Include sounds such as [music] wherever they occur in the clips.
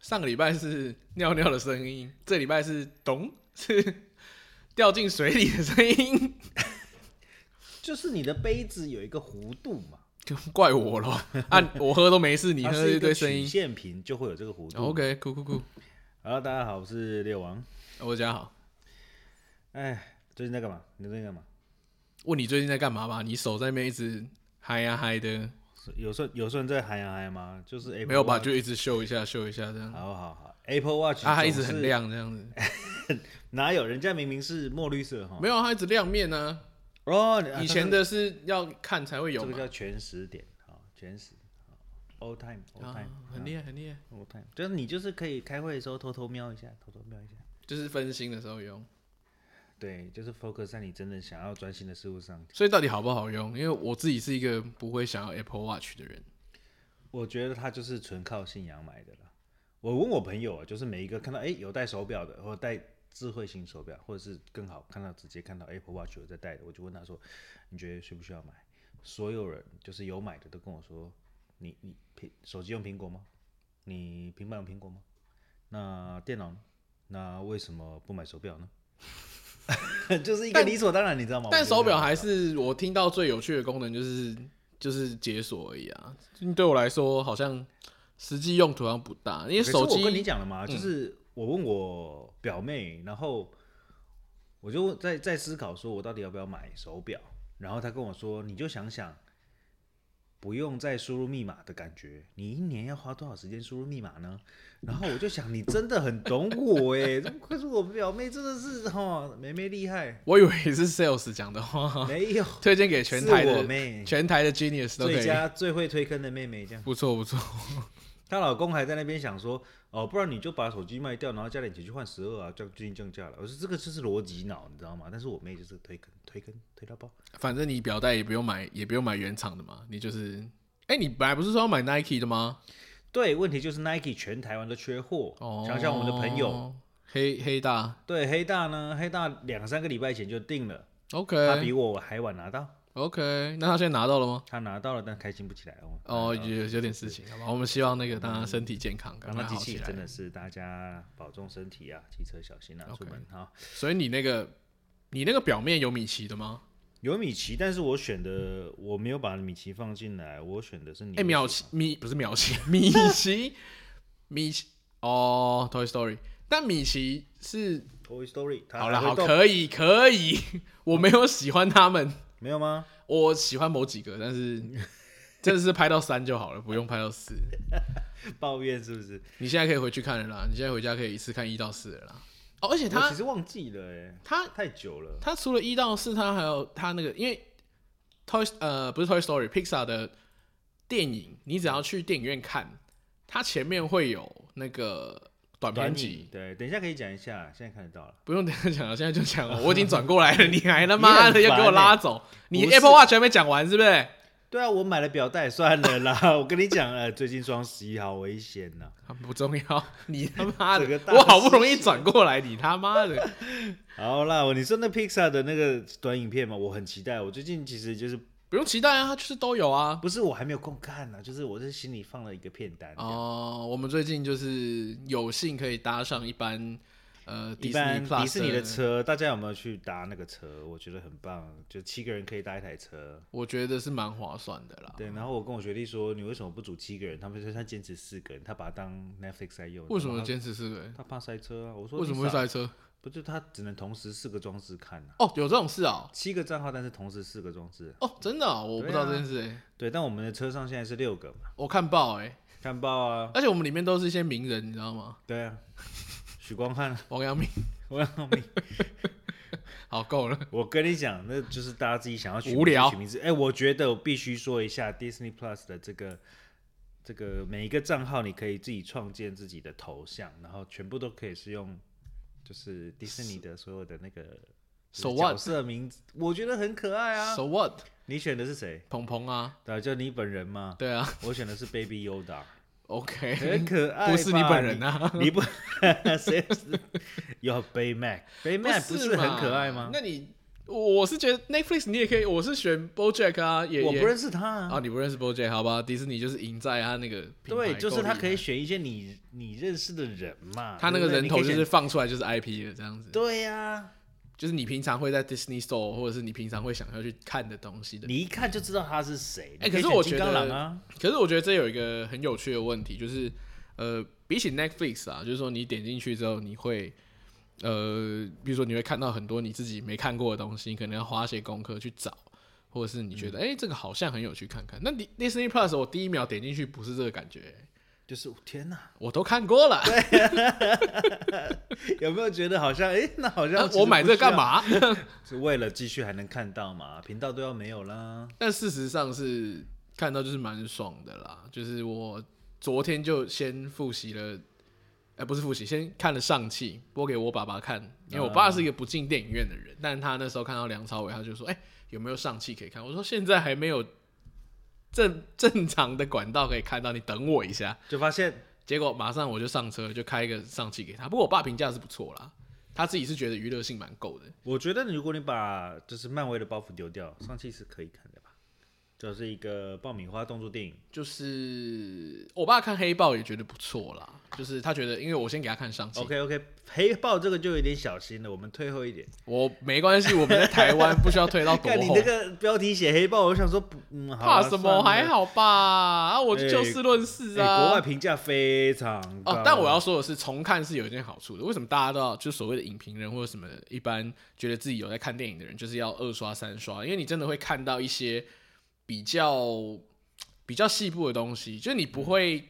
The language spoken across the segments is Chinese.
上个礼拜是尿尿的声音，这礼拜是咚， [laughs] 是掉进水里的声音， [laughs] 就是你的杯子有一个弧度嘛，就怪我 [laughs] 咯。啊，我喝都没事，你它喝是一一个堆声曲音。哦线瓶就会有这个弧度。 OK，酷酷酷， Hello，大家好，我是六王。我讲好。哎，最近在干嘛？你最近在干嘛？问你最近在干嘛吧？你手在那边一直嗨呀、嗨的，有算有算在喊呀喊吗？就是 Apple 没有吧？ Watch 就一直秀一下，秀一下这样。啊，好好好，Apple Watch 它一总直很是，亮这样子。哪有？人家明明是墨绿色哈。没有，它一直亮面呢、哦，啊。啊以前的是要看才会有这个嘛。叫全时点啊，全时。好 All time, all 啊 time，，很厉害，很厉害， all time，就是你就是可以开会的时候偷偷瞄一下，偷偷瞄一下。就是分心的时候用。对，就是 focus 在你真的想要专心的事物上。所以到底好不好用？因为我自己是一个不会想要 Apple Watch 的人。我觉得它就是纯靠信仰买的啦。我问我朋友啊，就是每一个看到哎、诶有戴手表的，或者戴智慧型手表，或者是更好看到直接看到 Apple Watch 有在戴的，我就问他说，你觉得需不需要买？所有人就是有买的都跟我说，你你苹手机用苹果吗？你平板用苹果吗？那电脑呢？那为什么不买手表呢？ [laughs] 就是一个理所当然，你知道吗？但我觉得手表还是我听到最有趣的功能，就是就是解锁而已啊。对我来说，好像实际用途好像不大，因为可是手我跟你机嗯讲了嘛，就是我问我表妹，然后我就在在思考说我到底要不要买手表，然后她跟我说，你就想想，不用再输入密码的感觉，你一年要花多少时间输入密码呢？然后我就想，你真的很懂我 [laughs] 哎，这可是我表妹真的是哈，妹妹厉害，我以为是 Sales 讲的话，没有推荐哦给全台是我的妹全台的 Genius 都可最以，佳最会推坑的妹妹这样。不错不错。她老公还在那边想说，哦，不然你就把手机卖掉，然后加点钱去换十二啊，这样最近降价了。我说这个就是逻辑脑，你知道吗？但是我妹就是推坑、推坑、推到爆。反正你表带也不用买，也不用买原厂的嘛，你就是，哎、你本来不是说要买 Nike 的吗？对，问题就是 Nike 全台湾都缺货。哦，想想我们的朋友，黑黑大对黑大呢，黑大两三个礼拜前就定了，他，OK 比我还晚拿到， OK，那他现在拿到了吗？他拿到了，但开心不起来哦。哦，有有点事情，好吧，我们希望那个大家身体健康，赶然快后机好器起来真。的是大家保重身体啊，骑车小心啊，出门哈。所以你那个你那个表面有米奇的吗？有米奇，但是我选的我没有把米奇放进来，我选的是你。哎、秒奇米不是秒 [laughs] 奇，米奇米奇哦，Toy Story。但米奇是 Toy Story，它好了，还会好动可以可以， [laughs] 我没有喜欢他们，没有吗？我喜欢某几个，但 [laughs] 是真的是拍到三就好了，不用拍到四。抱怨是不是？你现在可以回去看了啦，你现在回家可以一次看一到四了啦。哦，而且我他其实忘记了哎，他太久了。它除了一到四，它还有它那个，因为 Toy 呃不是 Toy Story，Pixar 的电影，你只要去电影院看，它前面会有那个短片集影，对，等一下可以讲一下，现在看得到了。不用等一下讲了，现在就讲了，我已经转过来了，你还他妈的你很烦欸要给我拉走，你 [laughs] 不是 Apple Watch 还没讲完是不是？对啊，我买了表带算了 [laughs] 啦。我跟你讲，呃，最近双十一好危险呐、啊不重要，你他妈整个的，大我好不容易转过来，你他妈的，好啦，我你说那 Pixar 的那个短影片嘛，我很期待。我最近其实就是不用期待啊，它就是都有啊。不是我还没有空看呢、就是我在心里放了一个片单。哦，哦、我们最近就是有幸可以搭上一班呃迪一士般尼 Plus 迪士尼的车，大家有没有去搭那个车？我觉得很棒，就七个人可以搭一台车。我觉得是蛮划算的啦。对，然后我跟我学弟说，你为什么不组七个人？他们说他坚持四个人，他把它当 Netflix 在用。为什么他坚持四个人？他怕塞车啊？我说为什么会你傻？塞车？不就他只能同时四个装置看啊？哦，有这种事啊、七个账号，但是同时四个装置。哦，真的啊、我不知道这件事、欸。对，但我们的车上现在是六个嘛，我看报哎、看报啊，而且我们里面都是一些名人，你知道吗？对啊，许光汉，啊王阳明。我要命！好，够了。我跟你讲，那就是大家自己想要取名字无聊取名字。哎、我觉得我必须说一下 Disney Plus 的这个这个每一个账号，你可以自己创建自己的头像，然后全部都可以是用就是迪士尼的所有的那个。 So 角 what？色名字，我觉得很可爱啊。 So what？你选的是谁？鹏鹏啊，对啊，就你本 [laughs] 人嘛。对啊我选的是 [laughs] Baby Yoda， ，OK，很可爱吧。 [laughs] 不是你本人啊， [laughs] 你，你不 [laughs] 谁是？有 Baymax，Baymax 不是嘛很可爱吗？那你我是觉得 Netflix 你也可以，我是选 BoJack 啊，也我也不认识他啊啊，你不认识 BoJack 好吧？迪士尼就是赢在他那个品牌对，就是够厉他害可以，选一些你你认识的人嘛，他那个对不对人头就你可以是选放出来就是 IP 的这样子，对呀、就是你平常会在 Disney Store 或者是你平常会想要去看的东西的。你一看就知道他是谁。哎你以可是我选金觉得刚狼啊，可是我觉得这有一个很有趣的问题，就是呃，比起 Netflix 啊，就是说你点进去之后，你会呃，比如说你会看到很多你自己没看过的东西，你可能要花些功课去找，或者是你嗯觉得哎、诶这个好像很有趣，看看。那 Di- Disney Plus 我第一秒点进去不是这个感觉、就是天哪，我都看过了， [laughs] 有没有觉得好像哎、那好像那其实我买这个不需要干？嘛？是为了继续还能看到嘛？频道都要没有啦。但事实上是看到就是蛮爽的啦，就是我昨天就先复习了，哎、不是复习，先看了上汽，播给我爸爸看，因为我爸是一个不进电影院的人，但他那时候看到梁朝伟，他就说：“哎、有没有上汽可以看？”我说：“现在还没有正正常的管道可以看到，你等我一下。就发现”结果马上我就上车，就开一个上汽给他。不过我爸评价是不错啦，他自己是觉得娱乐性蛮够的。我觉得如果你把就是漫威的包袱丢掉，上汽是可以看的吧？就是一个爆米花动作电影，就是我爸看《黑豹》也觉得不错啦，就是他觉得，因为我先给他看上期 OK OK，黑豹这个就有点小心了，我们退后一点。我没关系，我们在台湾不需要推到多 [laughs] 看你后那，个标题写黑豹，我想说不，嗯，好啊怕什么？还。好吧，啊，我就就事论事算了哎国啊外。评价非常高、哦，但我要说的是，重看是有一件好处的。为什么大家都要就所谓的影评人或者什么一般觉得自己有在看电影的人，就是要二刷三刷，因为你真的会看到一些比较比较细部的东西，就是你不会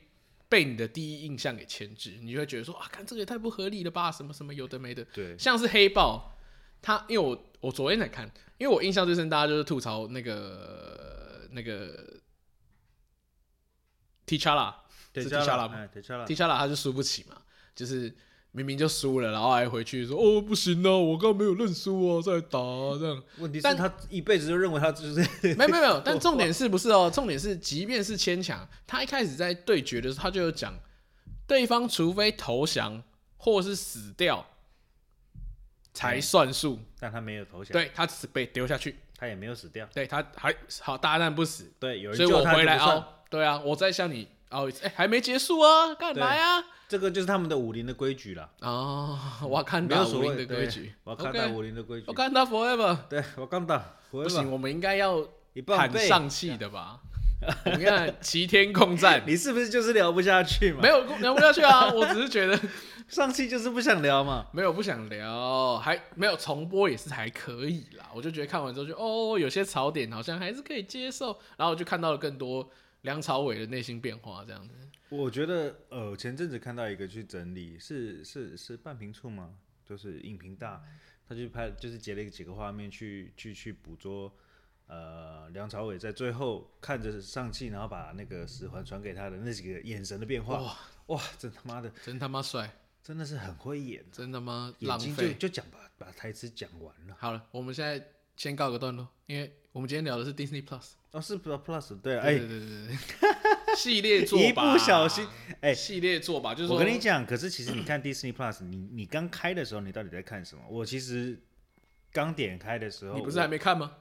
被你的第一印象给牵制，你就会觉得说啊，看这个也太不合理了吧，什么什么有的没的。对，像是黑豹，他因为我我昨天才看，因为我印象最深，大家就是吐槽那个那个 T'Challa 对，是加 T'Challa 吗哎，对，加了。 T'Challa 他就输不起嘛，就是明明就输了，然后还回去说哦不行啊，我刚刚没有认输啊，再打、啊、这样。问题是但他一辈子就认为他就是 [laughs] 没有没有没有， [laughs] 但重点是不是哦？重点是，即便是牵强，他一开始在对决的时候，他就有讲，对方除非投降或是死掉才算数，但他没有投降，对他只是被丢下去。他也没有死掉，对他还好大难不死，对，有人所以救我他回就来不算。凹。对啊，我再向你凹一次，哎、还没结束啊，干对来啊！这个就是他们的武林的规矩啦，哦， [laughs] 我看没到有武所林谓的规矩， [laughs] 我看到 OK，武林的规矩我，看到 forever。对，我看到，不不行，我们应该要一半喊倍，上气的 [laughs]，吧？我们要齐天共战你是不是就是聊不下去嘛？没有聊不下去啊！我只是觉得 [laughs] 上期就是不想聊嘛。没有不想聊，还没有重播也是还可以啦。我就觉得看完之后就哦，有些槽点好像还是可以接受，然后我就看到了更多梁朝伟的内心变化这样子。我觉得呃，前阵子看到一个去整理，是是是半屏处吗？就是影评大，嗯他去拍，就是截了几个画面去去去捕捉，呃，梁朝伟在最后看着上气，然后把那个十环传给他的那几个眼神的变化，哇哇，真他妈的真他妈帅，真的是很会演，真他妈眼浪睛就费。就讲把把台词讲完了。好了，我们现在先告个段落，因为我们今天聊的是 Disney Plus，哦，是 Plus Plus 对，对哎、对对对对， [laughs] 系列作一吧，不小心，哎、系列作吧，就是我说跟你讲，可是其实你看 Disney Plus，你你刚开的时候，你到底在看什么？我其实刚点开的时候，你不是还没看吗？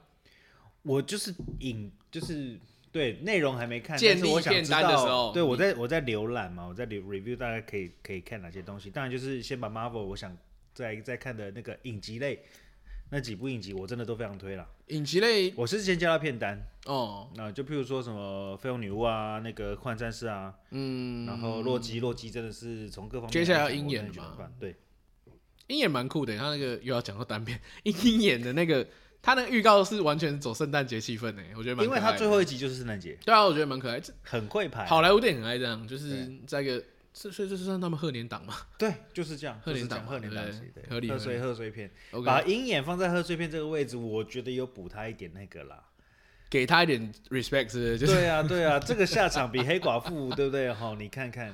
我我就是影就是对内容还没看，建立但是我想知片单的时道，候嗯对我在我在浏览嘛，我在 re- review 大家可以可以看哪些东西。当然就是先把 Marvel 我想再再看的那个影集类那几部影集，我真的都非常推了。影集类我是先加到片单，哦，那、就譬如说什么《绯红女巫》啊，那个《幻战士》啊，嗯，然后洛基，洛基真的是从各方面接下来讲要鹰我眼真的觉得嘛很棒，对。鹰眼蛮酷的，他那个又要讲到单片， [laughs] 鹰眼的那个他那个预告是完全走圣诞节气氛的，我觉得蛮因可为爱的，他最后一哎集就是圣诞节，对啊，我觉得蛮可爱。这很会排。好莱坞电影很爱这样，就是在一个这所以这是算他们贺年档嘛对，就是这样，贺就是年这档样，嘛贺年档对期，对，合理贺合岁贺岁片，把，OK，鹰眼放在贺岁片这个位置，我觉得有补他一点那个啦。给他一点 respect 是不是？[laughs] 就是对啊，对啊，这个下场比黑寡妇对不对？哈，你看看，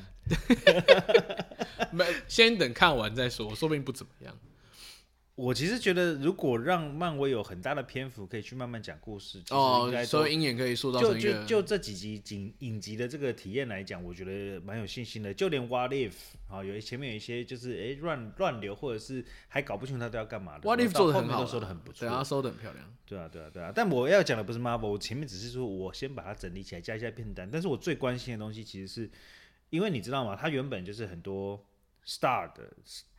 没先等看完再说，说不定不怎么样。我其实觉得，如果让漫威有很大的篇幅可以去慢慢讲故事，其实应哦，该所都以鹰眼可以塑造就成一就个就这几集影影集的这个体验来讲，我觉得蛮有信心的。就连 What If 啊，有一前面有一些就是哎乱乱流，或者是还搞不清楚他都要干嘛的。 What If 做的的很好啦，啊都说得很不错对，。他收的很漂亮。对啊，对啊，对啊。但我要讲的不是 Marvel，我前面只是说我先把它整理起来，加一下片单。但是我最关心的东西其实是，因为你知道吗？它原本就是很多 Star 的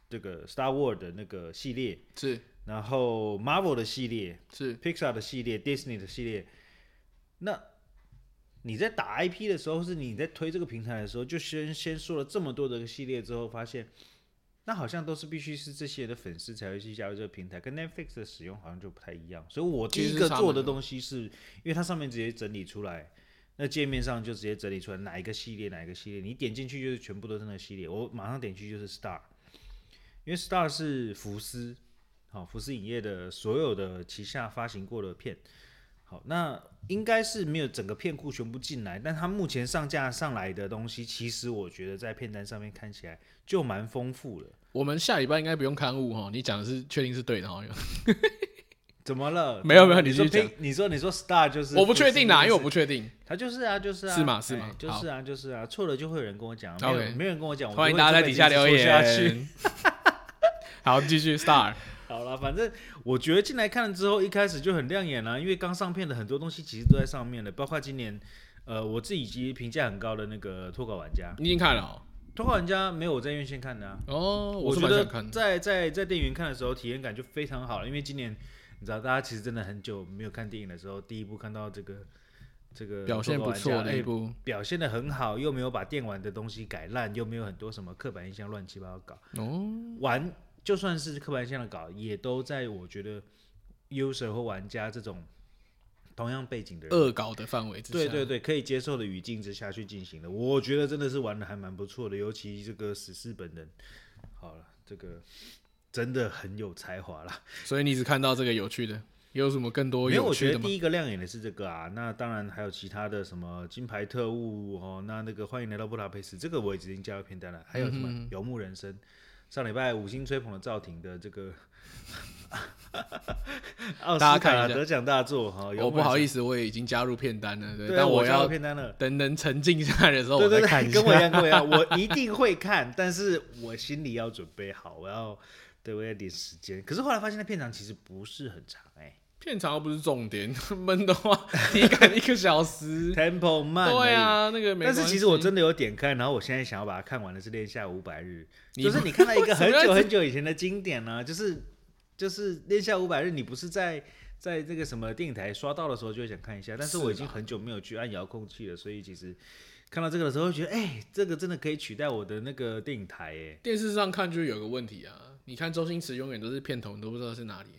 这个 Star War 的那个系列，是然后 Marvel 的系列、是， Pixar 的系列、Disney 的系列，那你在打 IP 的时候，或是你在推这个平台的时候，就先先说了这么多的个系列之后，发现那好像都是必须是这些的粉丝才会去加入这个平台，跟 Netflix 的使用好像就不太一样。所以我第其一实个是他做们的的东西是，因为它上面直接整理出来。那界面上就直接整理出来哪一个系列，哪一个系列，你点进去就是全部都是那个系列。我马上点进去就是 Star，因为 Star 是福斯，好、福斯影业的所有的旗下发行过的片，好，那应该是没有整个片库全部进来，但它目前上架上来的东西，其实我觉得在片单上面看起来就蛮丰富的。我们下礼拜应该不用刊物哈，你讲的是确定是对的哈，怎么了？没有没有你你说继续讲 Pink- 你说你说 Star 就是我不确定啦，因为我不不确定。他就是啊就是啊是吗是哎吗就是啊就是啊，错了就会有人跟我讲，没 OK 有没有人跟我讲，我就欢迎会大家在这辈底子下一直留说下去。言。 [laughs] 好，继续 Star，好了，反正我觉得进来看了之后，一开始就很亮眼啦、啊因为刚上片的很多东西其实都在上面了，包括今年，呃，我自己其实评价很高的那个脱稿玩家，你已经看了脱稿玩家没有我在院线看的、啊，哦，哦我是觉蛮得想看的。在在在电影院看的时候体验感就非常好了，因为今年你知道大家其实真的很久没有看电影的时候，第一部看到这个这个表现脱不稿玩家错的哎一部，表现的很好，又没有把电玩的东西改烂，又没有很多什么刻板印象乱七八糟搞。哦，玩就算是刻板印象的搞，也都在我觉得 user 或玩家这种同样背景的人，恶搞的范围之下，对对对，可以接受的语境之下去进行的。我觉得真的是玩的还蛮不错的，尤其这个史诗本人，好了，这个真的很有才华啦。所以你只看到这个有趣的，有什么更多没有，我有趣觉的得吗？第一个亮眼的是这个啊，那当然还有其他的什么金牌特务哦，那那个欢迎来到布达佩斯，这个我已经加入片单了，还有嗯什么游牧人生，上礼拜五星吹捧了赵婷的 [laughs] 这个奥斯大家看一下卡得奖大作哈，我哦不好思，意思，我也已经加入片单了，对啊，但我加入要片单了。等能沉浸下来的时候， [laughs] 对哦我对再对，看一下。跟我一样，跟我一样，我一定会看，但是我心里要准备好，我要对我要点时间。可是后来发现，那片长其实不是很长哎、片长又不是重点， [laughs] 闷的 [laughs] 话体感一个小时， t e m p o 慢而已，对啊，那个没但关系。是其实我真的有点开，然后我现在想要把它看完的是《恋夏五百日》，你就是你看到一个为什很么要久一直很久以前的经典呢、就是就是《恋夏五百日》，你不是在在这个什么电影台刷到的时候就会想看一下，但是是我已经啦很久没有去按遥控器了，所以其实看到这个的时候，会觉得哎、这个真的可以取代我的那个电影台哎。电视上看就有个问题啊，你看周星驰永远都是片头，你都不知道是哪里。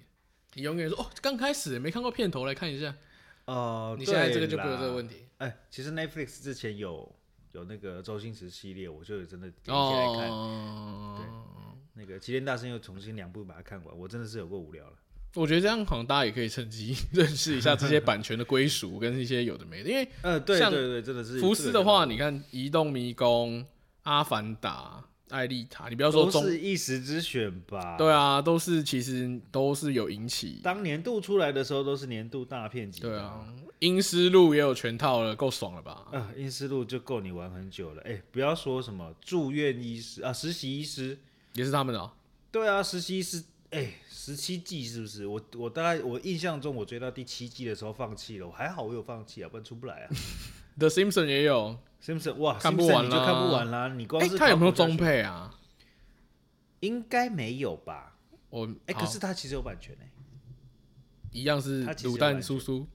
你永远说哦，刚开始没看过片头，来看一下。哦、你现在这个对就不会有这个啦问题。哎、其实 Netflix 之前有有那个周星驰系列，我就有真的点起来看。哦，那个《齐天大圣》又重新两部把它看完，我真的是有过无聊了。我觉得这样好像大家也可以趁机认识一下这些版权的归属跟一些有的没的，因为呃，对对像对，真的是福这斯个的话，你看《移动迷宫》《阿凡达》《艾丽塔》，你不要说都中，是一时之选吧。，对啊，都是其实都是有引起，当年度出来的时候都是年度大片级。对，啊，《阴尸路》也有全套了，够爽了吧？啊，《阴尸路》就够你玩很久了。哎，不要说什么住院医师啊，实习医师。也是他们的哦、对啊，实习医师。哎，十七季是不是？我我大概我印象中，我追到第七季的时候放弃了。我还好，我有放弃啊，不然出不来啊。 [laughs] The Simpson 也有， Simpson，哇，看不 Simpson 完你就啦看不完啦。你光哎、是他有没有考古下中去？配啊？应该没有吧？我哎，好可是他其实有版权哎，一样是他其实有卤蛋版权叔叔，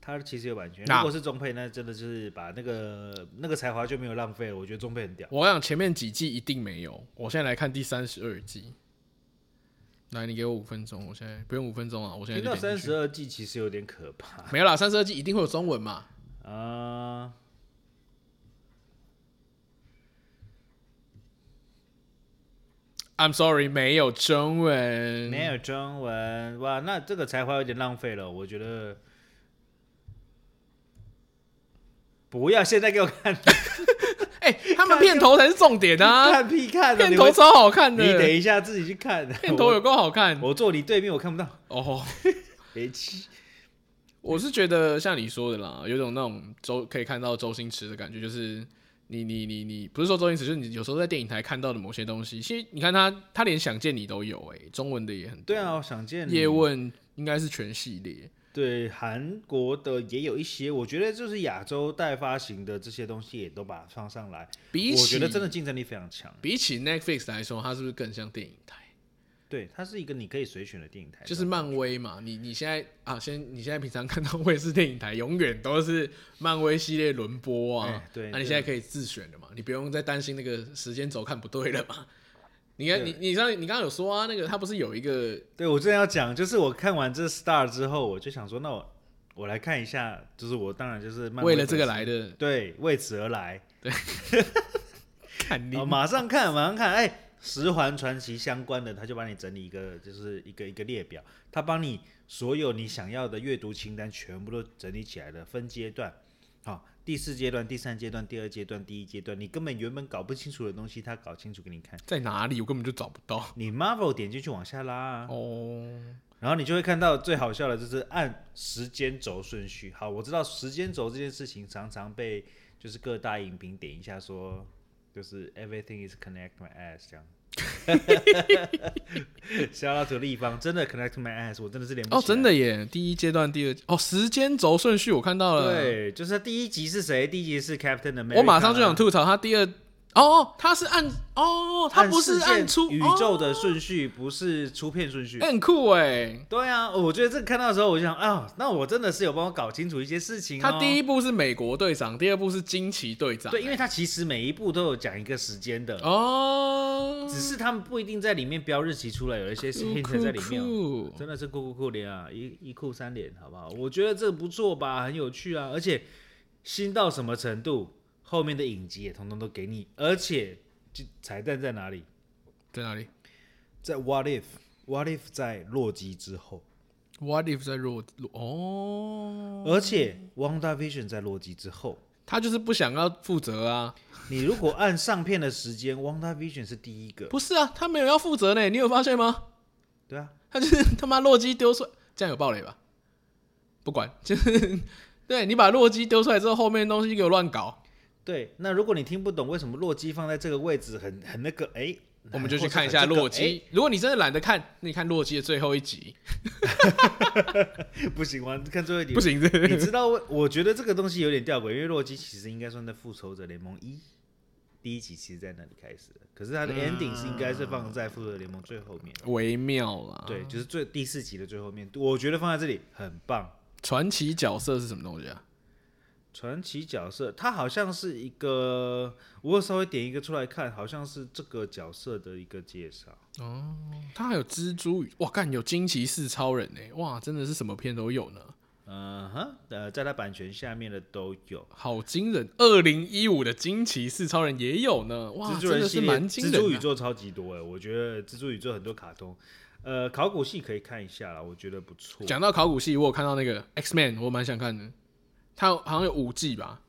他其实有版权。那如果是中配，那真的就是把那个那个才华就没有浪费了。我觉得中配很屌。我想前面几季一定没有，我现在来看第三十二季。来，你给我五分钟，我现在不用五分钟啊，我现在听就到点进三去十二季其实有点可怕没有啦，三十二季一定会有中文嘛？啊、 I'm sorry，没有中文。没有中文哇，那这个才华有点浪费了。我觉得不要现在给我看，哎、哎、他们片头才是重点啊！看屁看啊片你头们超好看你的，等一下自己去看。片头有够好看我，我坐你对面，我看不到。哦。别气，我是觉得像你说的啦，有种那种周可以看到周星驰的感觉，就是你你你你不是说周星驰，就是你有时候在电影台看到的某些东西，其实你看他他连想见你都有哎、中文的也很多对啊，我想见你叶问应该是全系列，对韩国的也有一些，我觉得就是亚洲代发行的这些东西也都把它放上来，比起我觉得真的竞争力非常强。比起 Netflix 来说，它是不是更像电影台？对，它是一个你可以随选的电影台，就是漫威嘛，你你现在啊，先你现在平常看到卫视电影台，永远都是漫威系列轮播啊。哎对那、你现在可以自选的嘛，你不用再担心那个时间轴看不对了嘛。你看对你你上你刚刚有说啊，那个他不是有一个对我正要讲，就是我看完这 Star 之后，我就想说，那我我来看一下，就是我当然就是漫威为了这个粉来的丝，，对，为此而来，看你哦、马上看，马上看，哎、十环传奇》相关的，他就帮你整理一个，就是一个一个列表，他帮你所有你想要的阅读清单全部都整理起来了，分阶段，好、第四阶段、第三阶段、第二阶段、第一阶段，你根本原本搞不清楚的东西，他搞清楚给你看。在哪里，我根本就找不到你 Marvel 点进去往下拉、啊，哦。然后你就会看到最好笑的就是按时间轴顺序。好，我知道时间轴这件事情常常被就是各大影评点一下说，就是 everything is connect my ass [laughs] 这样。笑到这立方，真的 connect my ass，我真的是连不哦，起来真的耶！第一阶段第二哦，时间轴顺序我看到了，对，就是他第一集是谁？第一集是 Captain America，我马上就想吐槽他第二哦，他是按哦，他不是按出哦世界宇宙的顺序，不是出片顺序哎、。很酷哎、对啊，我觉得这个看到的时候，我就想啊，那我真的是有帮我搞清楚一些事情、哦。他第一部是美国队长，第二部是惊奇队长。对，因为它其实每一部都有讲一个时间的，哦，只是他们不一定在里面标日期出来，有一些是 hint 在里面哦。酷酷酷真的是酷酷酷连啊，一一酷三连，好不好？我觉得这不错吧，很有趣啊，而且新到什么程度，后面的影集也通通都给你，而且就彩蛋在哪里？在哪里在 What If，What If 在洛基之后， ？What if 在弱弱哦，而且 Wanda Vision 在洛基之后。他就是不想要负责啊，你如果按上片的时间，Wanda Vision 是第一个，不是啊，他没有要负责呢，你有发现吗？对啊，他就是 [laughs] 他妈洛基丢出来，这样有暴雷吧？不管，就是对你把洛基丢出来之后，后面的东西给我乱搞，对，那如果你听不懂为什么洛基放在这个位置很很那个，哎、我们就去看一下洛或者很基。如果你真的懒得看，那你看洛基的最后一集，这个。哎不行，我要看最后一集不。行，这你知道，我觉得这个东西有点吊诡，因为洛基其实应该算在《复仇者联盟一》第一集，其实在那里开始的，可是它的 ending 是应该是放在《复仇者联盟》最后面，微妙啊啦。对，就是最第四集的最后面，我觉得放在这里很棒。传奇角色是什么东西啊？传奇角色，他好像是一个，我有稍微点一个出来看，好像是这个角色的一个介绍。他还有蜘蛛与哇，干有惊奇四超人呢、哇，真的是什么片都有呢，嗯哼，呃，在它版权下面的都有。好惊人！二零一五的惊奇四超人也有呢，哇，蜘蛛真人的系是列，蛮惊人蜘的、蛛宇宙超级多哎，我觉得蜘蛛宇宙很多卡通，呃，考古系可以看一下啦，我觉得不错。讲到考古系，我有看到那个 X Man，我蛮想看的，它好像有五季吧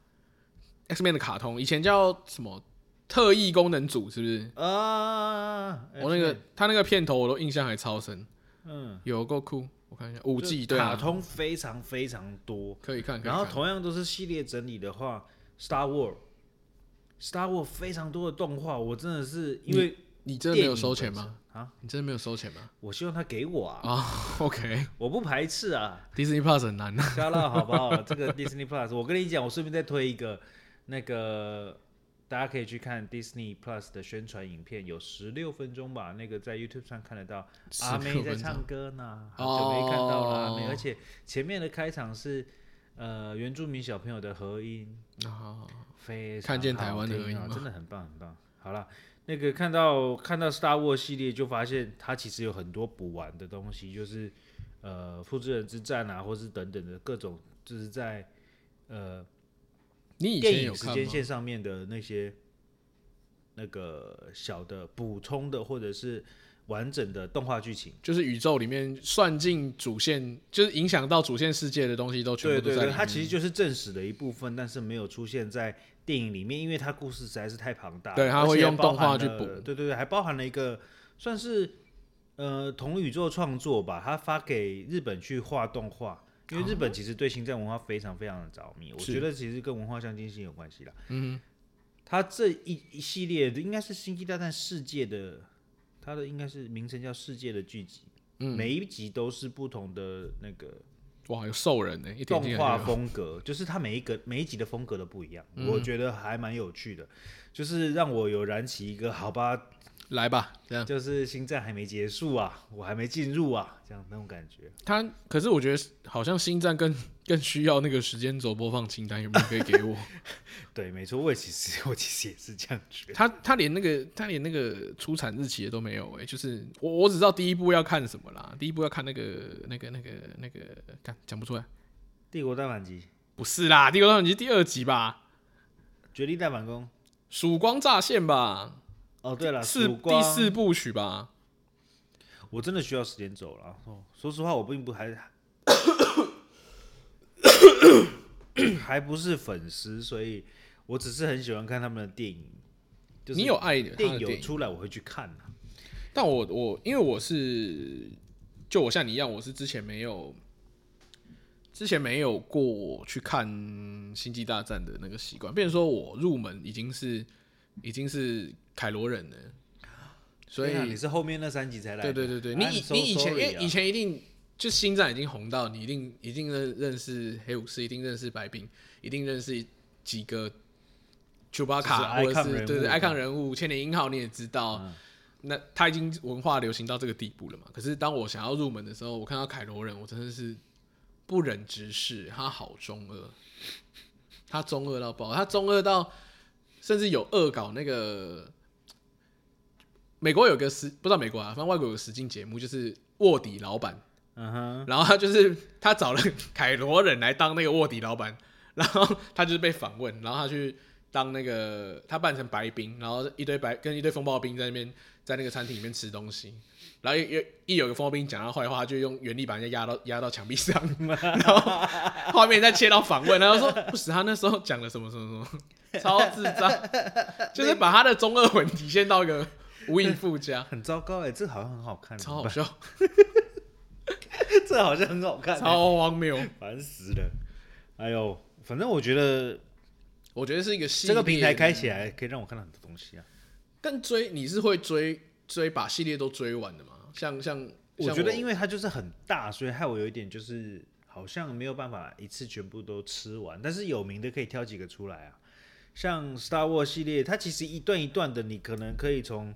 ，X Man 的卡通，以前叫什么特异功能组是不是？啊，我那个他那个片头我都印象还超深，嗯，有够酷，我看一下五季就对卡啊，通非常非常多。可以看，可以然后看同样都是系列整理的话，Star War，Star War 非常多的动画，我真的是因为你真的没电影有收钱吗？本身？啊，你真的没有收钱吗？我希望他给我啊，啊、o k 我不排斥啊。迪士尼 Plus 很难啊。加了好不好？ [laughs] 这个 Disney Plus，我跟你讲，我顺便再推一个，那个大家可以去看 Disney Plus 的宣传影片，有十六分钟吧，那个在 YouTube 上看得到。阿妹16啊在分唱钟歌呢，好久没看到了阿妹，哦而且前面的开场是呃原住民小朋友的合音，啊，非常看见台湾的好听合音啊吗真的很棒很棒。好了， [laughs] 那个看到看到 Star War 系列，就发现它其实有很多补完的东西，就是呃复制人之战啊，或是等等的各种，就是在呃你以前电有影时看间吗？线上面的那些那个小的补充的，或者是完整的动画剧情。就是宇宙里面算进主线，就是影响到主线世界的东西都全对部都对在里对，面。它其实就是正史的一部分，但是没有出现在电影里面，因为它故事实在是太庞大了，对它而会且用还包动画含去了补对对对，还包含了一个算是呃同宇宙创作吧，它发给日本去画动画。因为日本其实对星战文化非常非常的着迷，我啊是觉得其实跟文化相近性有关系啦。嗯，它这一一系列的应该是《星际大战》世界的，它的应该是名称叫世界的剧集，嗯、每一集都是不同的那个哇，有兽人欸呢、一点进动来哦就画有嗯风格， [laughs] 就是它每一个每一集的风格都不一样，我觉得还蛮有趣的，就是让我有燃起一个好吧，来吧，这样。就是星战还没结束啊，我还没进入啊，这样那种感觉。他可是我觉得好像星战 [laughs] 更更需要那个时间轴播放清单，有没有可以给 [laughs] 我？对，没错，我也其实 [laughs] 我其实也是这样觉得。他他连那个他连那个出产日期也都没有哎、就是我我只知道第一部要看什么啦，第一部要看那个那个那个那个，看讲不出来，帝国大反击，不是啦，《帝国大反击》第二集吧，绝地大反攻。曙光乍现吧，哦，对了，四曙第光四部曲吧，我真的需要时间走了。哦，说实话，我并不 [coughs] 还 [coughs] 还不是粉丝，所以我只是很喜欢看他们的电影。就是你有爱的他电的影有电影，出来，我会去看、啊。但我我因为我是就我像你一样，我是之前没有之前没有过去看《星际大战》的那个习惯，变成说我入门已经是已经是凯罗人了，所以天啊你是后面那三集才来对的？对对对，你 I'm 以 so 你以前因 sorry 为啊以前一定就星战已经红到你一定一定认认识黑武士，一定认识白冰，一定认识几个丘巴卡就是或者 icon 人是物嗯对对嘛 icon 人物，千年鹰号你也知道。那他已经文化流行到这个地步了嘛？可是当我想要入门的时候，我看到凯罗人，我真的是不忍直视，他好中二，他中二到爆，他中二到甚至有恶搞那个美国有个实不知道美国啊，反正外国有个实境节目，就是卧底老板，嗯哼，然后他就是他找了凯罗人来当那个卧底老板，然后他就是被访问，然后他去当那个他扮成白冰，然后一堆白跟一堆风暴兵在那边在那个餐厅里面吃东西，然后有一有个风暴兵讲他坏话，他就用原力把人家压到压到墙壁上，然后画面再切到访问，然后说不是他那时候讲了什么什么什么，超智障，就是把他的中二魂体现到一个无以复加。很糟糕哎、这好像很好看，超好笑， [laughs] 这好像很好看、超荒谬。烦死了。哎呦，反正我觉得我觉得是一个系这个平台列开起来可以让我看到很多东西啊。但追你是会追追把系列都追完的吗？像像我觉得，因为为它就是很大，所以害我有一点就是好像没有办法一次全部都吃完，但是有名的可以挑几个出来啊。像 Star Wars 系列，它其实一段一段的，你可能可以从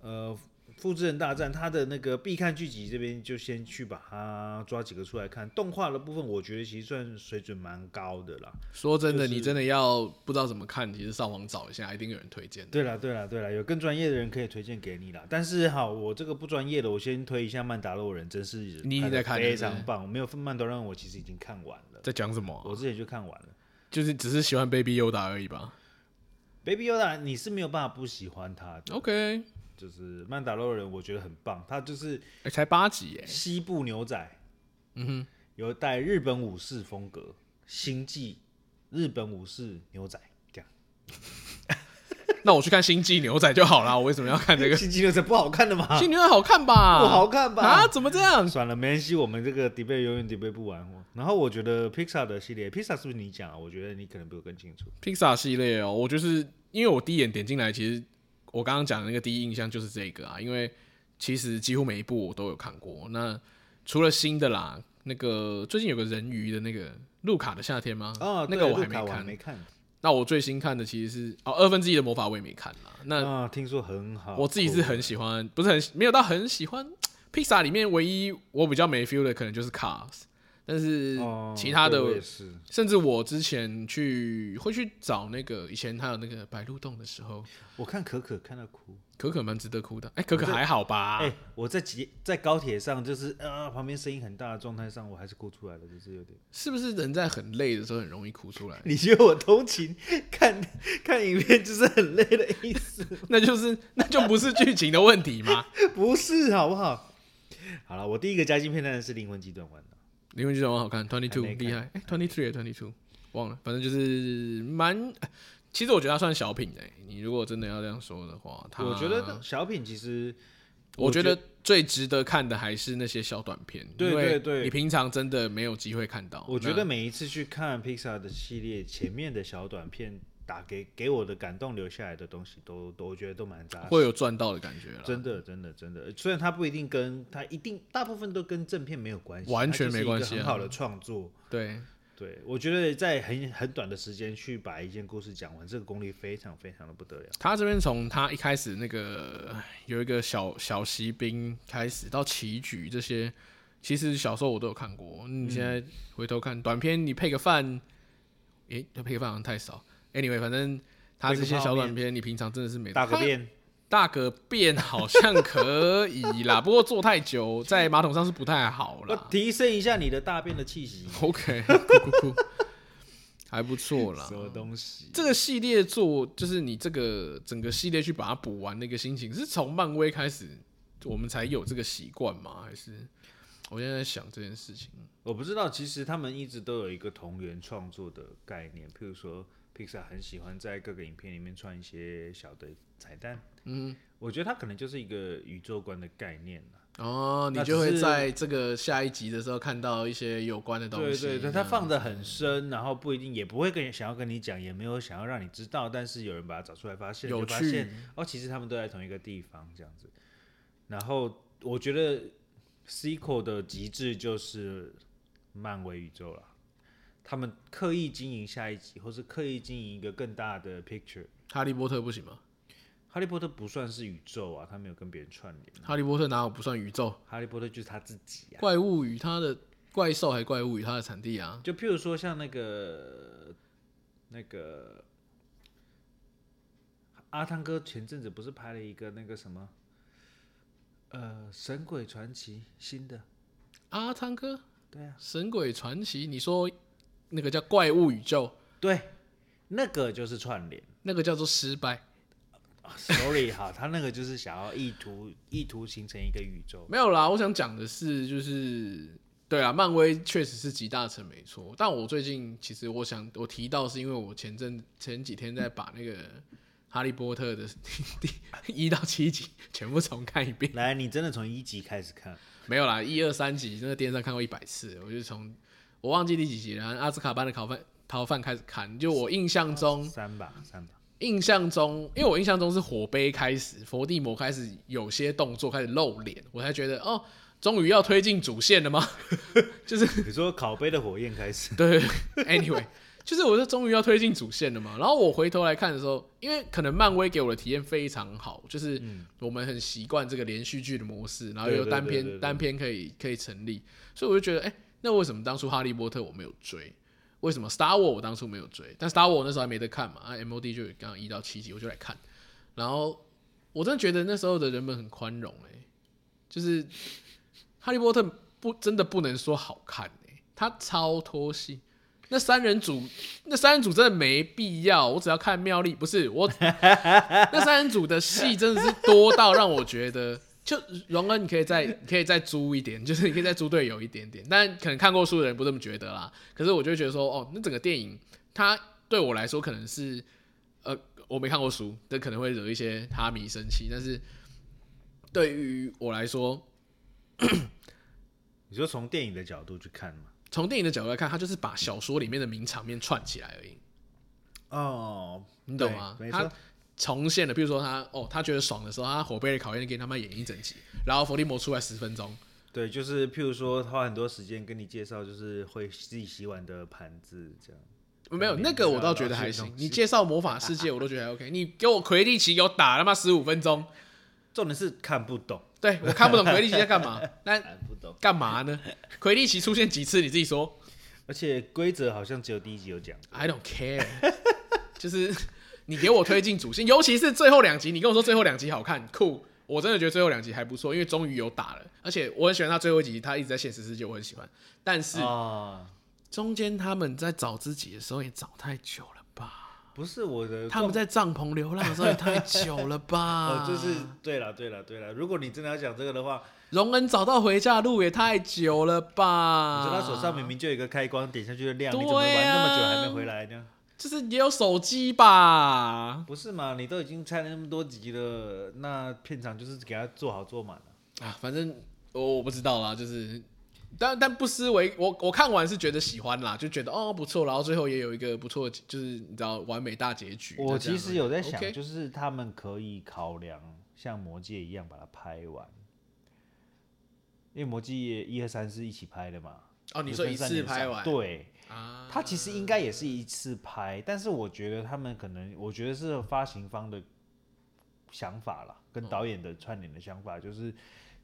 呃《复制人大战》它的那个必看剧集这边就先去把它抓几个出来看。动画的部分，我觉得其实算水准蛮高的啦。说真的，就是你真的要不知道怎么看，其实上网找一下，一定有人推荐的。对啦，对啦，对啦，有更专业的人可以推荐给你啦。但是好，我这个不专业的，我先推一下《曼达洛人》，真是你已经在看了看得是非不常是棒。我没有《曼达洛人》，我其实已经看完了，在讲什么啊、我之前就看完了。就是只是喜欢 Baby Yoda 而已吧。 Baby Yoda，你是没有办法不喜欢他的， OK，哎、就是《曼达洛人》，我觉得很棒，他就是才八集耶，西部牛仔，嗯哼，有带日本武士风格，星际日本武士牛仔这样。那我去看《星际牛仔》就好啦。我为什么要看这个？《星际牛仔不好看的吗？ [laughs] 星际牛仔》好看 [laughs] 吧？不好看吧啊？怎么这样？算了，没关系，我们这个 debate 永远 debate 不完。哦然后我觉得 Pixar 的系列，Pixar 是不是你讲啊？我觉得你可能比我更清楚。 Pixar 系列哦，我就是因为我第一眼点进来，其实我刚刚讲的那个第一印象就是这个啊，因为其实几乎每一部我都有看过。那除了新的啦，那个最近有个人鱼的那个《路卡的夏天》吗？哦，嗯那对个我还路卡没我还看。没看。那我最新看的其实是哦，二分之一的魔法我也没看啦。那啊，听说很好。呃哦我自己是很喜欢，不是很没有到很喜欢。Pixar 里面唯一我比较没 feel 的可能就是 Cars，但是哦其他的啊对我也是。甚至我之前去会去找那个以前还有那个白鹿洞的时候，我看可可看到哭。可可蛮值得哭的。哎、可可还好吧？哎、我在捷在高铁上，就是啊，旁边声音很大的状态上，我还是哭出来了，就是有点。 [laughs]？是不是人在很累的时候很容易哭出来你觉得我同情看 [laughs] 看影片就是很累的意思？那就是那就不是剧情的问题 [laughs] 嘛。不是，好不好？好了，我第一个加进片段的是《灵魂急转弯》了。灵魂剧场蛮好看，Twenty Two 还没看厉害，哎，Twenty Three Twenty Two 忘了，反正就是蛮其实我觉得它算小品诶、你如果真的要这样说的话，它我觉得小品其实我觉得最值得看的还是那些小短片，对因为对对你平常真的没有机会看到。我觉那得每一次去看 Pixar 的系列前面的小短片，打给给我的感动留下来的东西都，都我觉得都蛮扎实。会有赚到的感觉了，真的，真的，真的。虽然它不一定跟它一定大部分都跟正片没有关系，完它就全是没一个关系啊很好的创作。对，对，我觉得在很很短的时间去把一件故事讲完，这个功力非常非常的不得了。他这边从他一开始那个有一个小小骑兵开始到棋局这些，其实小时候我都有看过。你现在回头看短片，你配个饭，诶、配个饭好像太少。Anyway，反正他这些小短片，你平常真的是没大个他便，大个便好像可以啦， [laughs] 不过坐太久在马桶上是不太好我啦。提升一下你的大便的气息， OK，酷酷酷，还不错啦什。么东西？啊这个系列做，就是你这个整个系列去把它补完那个心情，是从漫威开始我们才有这个习惯吗？还是我现在在想这件事情？我不知道，其实他们一直都有一个同源创作的概念，譬如说，Pixar 很喜欢在各个影片里面串一些小的彩蛋。嗯，我觉得它可能就是一个宇宙观的概念啊啦哦，你那就只会是在这个下一集的时候看到一些有关的东对西。嗯对对，那它放的很深，然后不一定也不会跟想要跟你讲，也没有想要让你知道，但是有人把它找出来，发现有就发趣现哦，其实他们都在同一个地方这样子。然后我觉得 sequel 的极致就是漫威宇宙了，他们刻意经营下一集，或是刻意经营一个更大的 picture。哈利波特不行吗？哈利波特不算是宇宙啊，他没有跟别人串联。哈利波特哪有不算宇宙？哈利波特就是他自己啊，怪物与它的怪兽还怪物与它的产地啊？就譬如说像那个那个阿汤哥前阵子不是拍了一个那个什么呃《神鬼传奇》新的，阿汤哥，对啊，神鬼传奇，你说那个叫怪物宇宙，对，那个就是串联。那个叫做失败。啊 Sorry [laughs] 哈，他那个就是想要意图意图形成一个宇宙，没有啦，我想讲的是，就是对啊，漫威确实是集大成没错。但我最近其实我想我提到，是因为我前阵前几天在把那个《哈利波特》的第一到七集全部重看一遍，来，你真的从一集开始看，没有啦，一二三集那个电视上看过一百次，我就从我忘记第几集，然后阿兹卡班的逃犯逃犯开始看，就我印象 [laughs] 中三吧，三吧，印象中，因为我印象中是火杯开始，伏地魔开始有些动作开始露脸，我才觉得哦，终于要推进主线了吗？就是你说烤杯的火焰开始，对，anyway，就是我说终于要推进主线了嘛。然后我回头来看的时候，因为可能漫威给我的体验非常好，就是我们很习惯这个连续剧的模式，然后嗯对有对单对篇对对单篇可以可以成立，所以我就觉得，哎、那为什么当初哈利波特我没有追？为什么 Star War 我当初没有追？但 Star War 我那时候还没得看嘛，啊 MOD 就有刚刚一到七集我就来看，然后我真的觉得那时候的人们很宽容哎、就是哈利波特不真的不能说好看哎、他超脱戏。那三人组，那三人组真的没必要。我只要看妙丽，不是我，那三人组的戏真的是多到让我觉得，就荣恩，你可以再你可以再租一点，就是你可以再租队友一点点。但可能看过书的人不这么觉得啦。可是我就会觉得说，哦，那整个电影它对我来说可能是，呃，我没看过书，这可能会惹一些哈迷生气。但是对于我来说，你说从电影的角度去看嘛？从电影的角度来看，它就是把小说里面的名场面串起来而已，哦，你懂对吗？没它错，重现了，比如说他哦，他觉得爽的时候，他火杯的考验给他们演一整集，然后伏地魔出来十分钟，对，就是譬如说花很多时间跟你介绍，就是会自己洗碗的盘子这样。没有你那个我倒觉得还行。你介绍魔法世界我都觉得还 OK，你给我魁地奇给我打他妈十五分钟，重点是看不懂，对我看不懂魁地奇在干 [laughs] 嘛，那看不懂。干嘛呢？魁地奇出现几次你自己说而且规则好像只有第一集有讲， ，I don't care，就是你给我推进主线，尤其是最后两集，你跟我说最后两集好看酷。我真的觉得最后两集还不错，因为终于有打了，而且我很喜欢他最后一集，他一直在现实世界，我很喜欢。但是啊，中间他们在找自己的时候也找太久了吧？不是我的他们在帐篷流浪的时候也太久了吧？呃 [laughs] 哦，就是啊对了，对了，对了。如果你真的要讲这个的话，荣恩找到回家的路也太久了吧？你说他手上明明就有一个开关，点下去就亮，你怎么啊对玩啊那么久还没回来呢？就是也有手机吧？不是嘛？你都已经拆了那么多集了，那片场就是给他做好做满了。啊，反正我我不知道啦，就是，但但不失为我我看完是觉得喜欢啦，就觉得哦不错，然后最后也有一个不错的，就是你知道完美大结局。我就这样其实有在想 OK 就是他们可以考量像《魔戒》一样把它拍完，因为《魔戒》一二三是一起拍的嘛。哦，你说一次拍完对，啊，它其实应该也是一次拍，但是我觉得他们可能，我觉得是发行方的想法啦，嗯跟导演的串联的想法，就是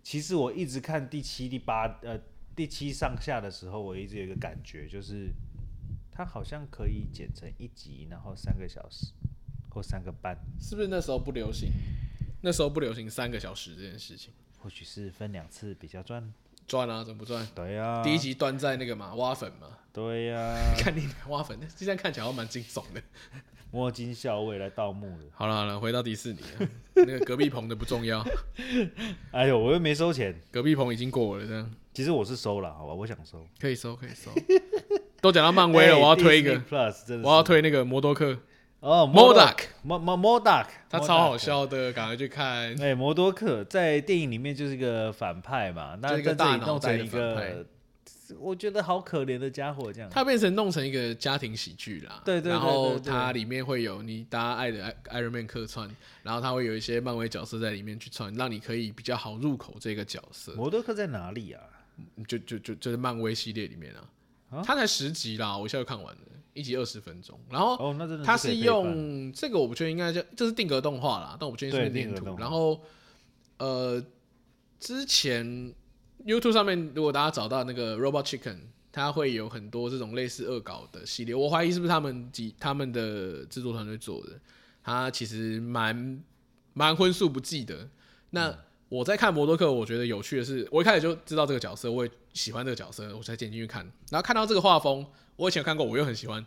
其实我一直看第七、第八，呃，第七上下的时候，我一直有一个感觉，就是它好像可以剪成一集，然后三个小时或三个半，是不是那时候不流行？那时候不流行三个小时这件事情，或许是分两次比较赚。赚啊，怎么不赚？对呀、啊，第一集端在那个嘛挖粉嘛， [laughs] 对呀、看你挖粉，这样看起来好像蛮惊悚的。摸金校尉来盗墓了。好了好了，回到迪士尼了，那个隔壁棚的不重要，哎呦，我又没收钱，隔壁棚已经过了，这样其实我是收了，好吧，我想收。可以收可以收。都讲到漫哎威了，我要推一个 Disney，Plus，真的是我要推那个摩多克，哦 Modoc 摩摩摩 Doc，他超好。笑的，赶快去看 Modoc。哎，摩多克在电影里面就是一个反派嘛，那就是一个在这里大脑弄袋成的一反个，我觉得好可怜的家伙这样。它变成弄成一个家庭喜剧啦，对对对然后对对它里面会有你大家爱的 Iron Man 客串，然后它会有一些漫威角色在里面去串，让你可以比较好入口这个角色。摩多克在哪里啊？就就就就是漫威系列里面啊，它才十集啦，我一下就看完了，一集二十分钟。然后哦，那真的它是可是以配 [laughs] 饭用这个，我不确定应该叫这是定格动画啦，但我不确定是不是对定定格图动。画然后呃，之前 YouTube 上面如果大家找到那个 Robot Chicken，它会有很多这种类似恶搞的系列，我怀疑是不是他们几他们的制作团队做的，它其实蛮蛮荤素不忌的。那嗯我在看摩多克，我觉得有趣的是，我一开始就知道这个角色，我也喜欢这个角色，我才点进去看，然后看到这个画风，我以前有看过，我又很喜欢。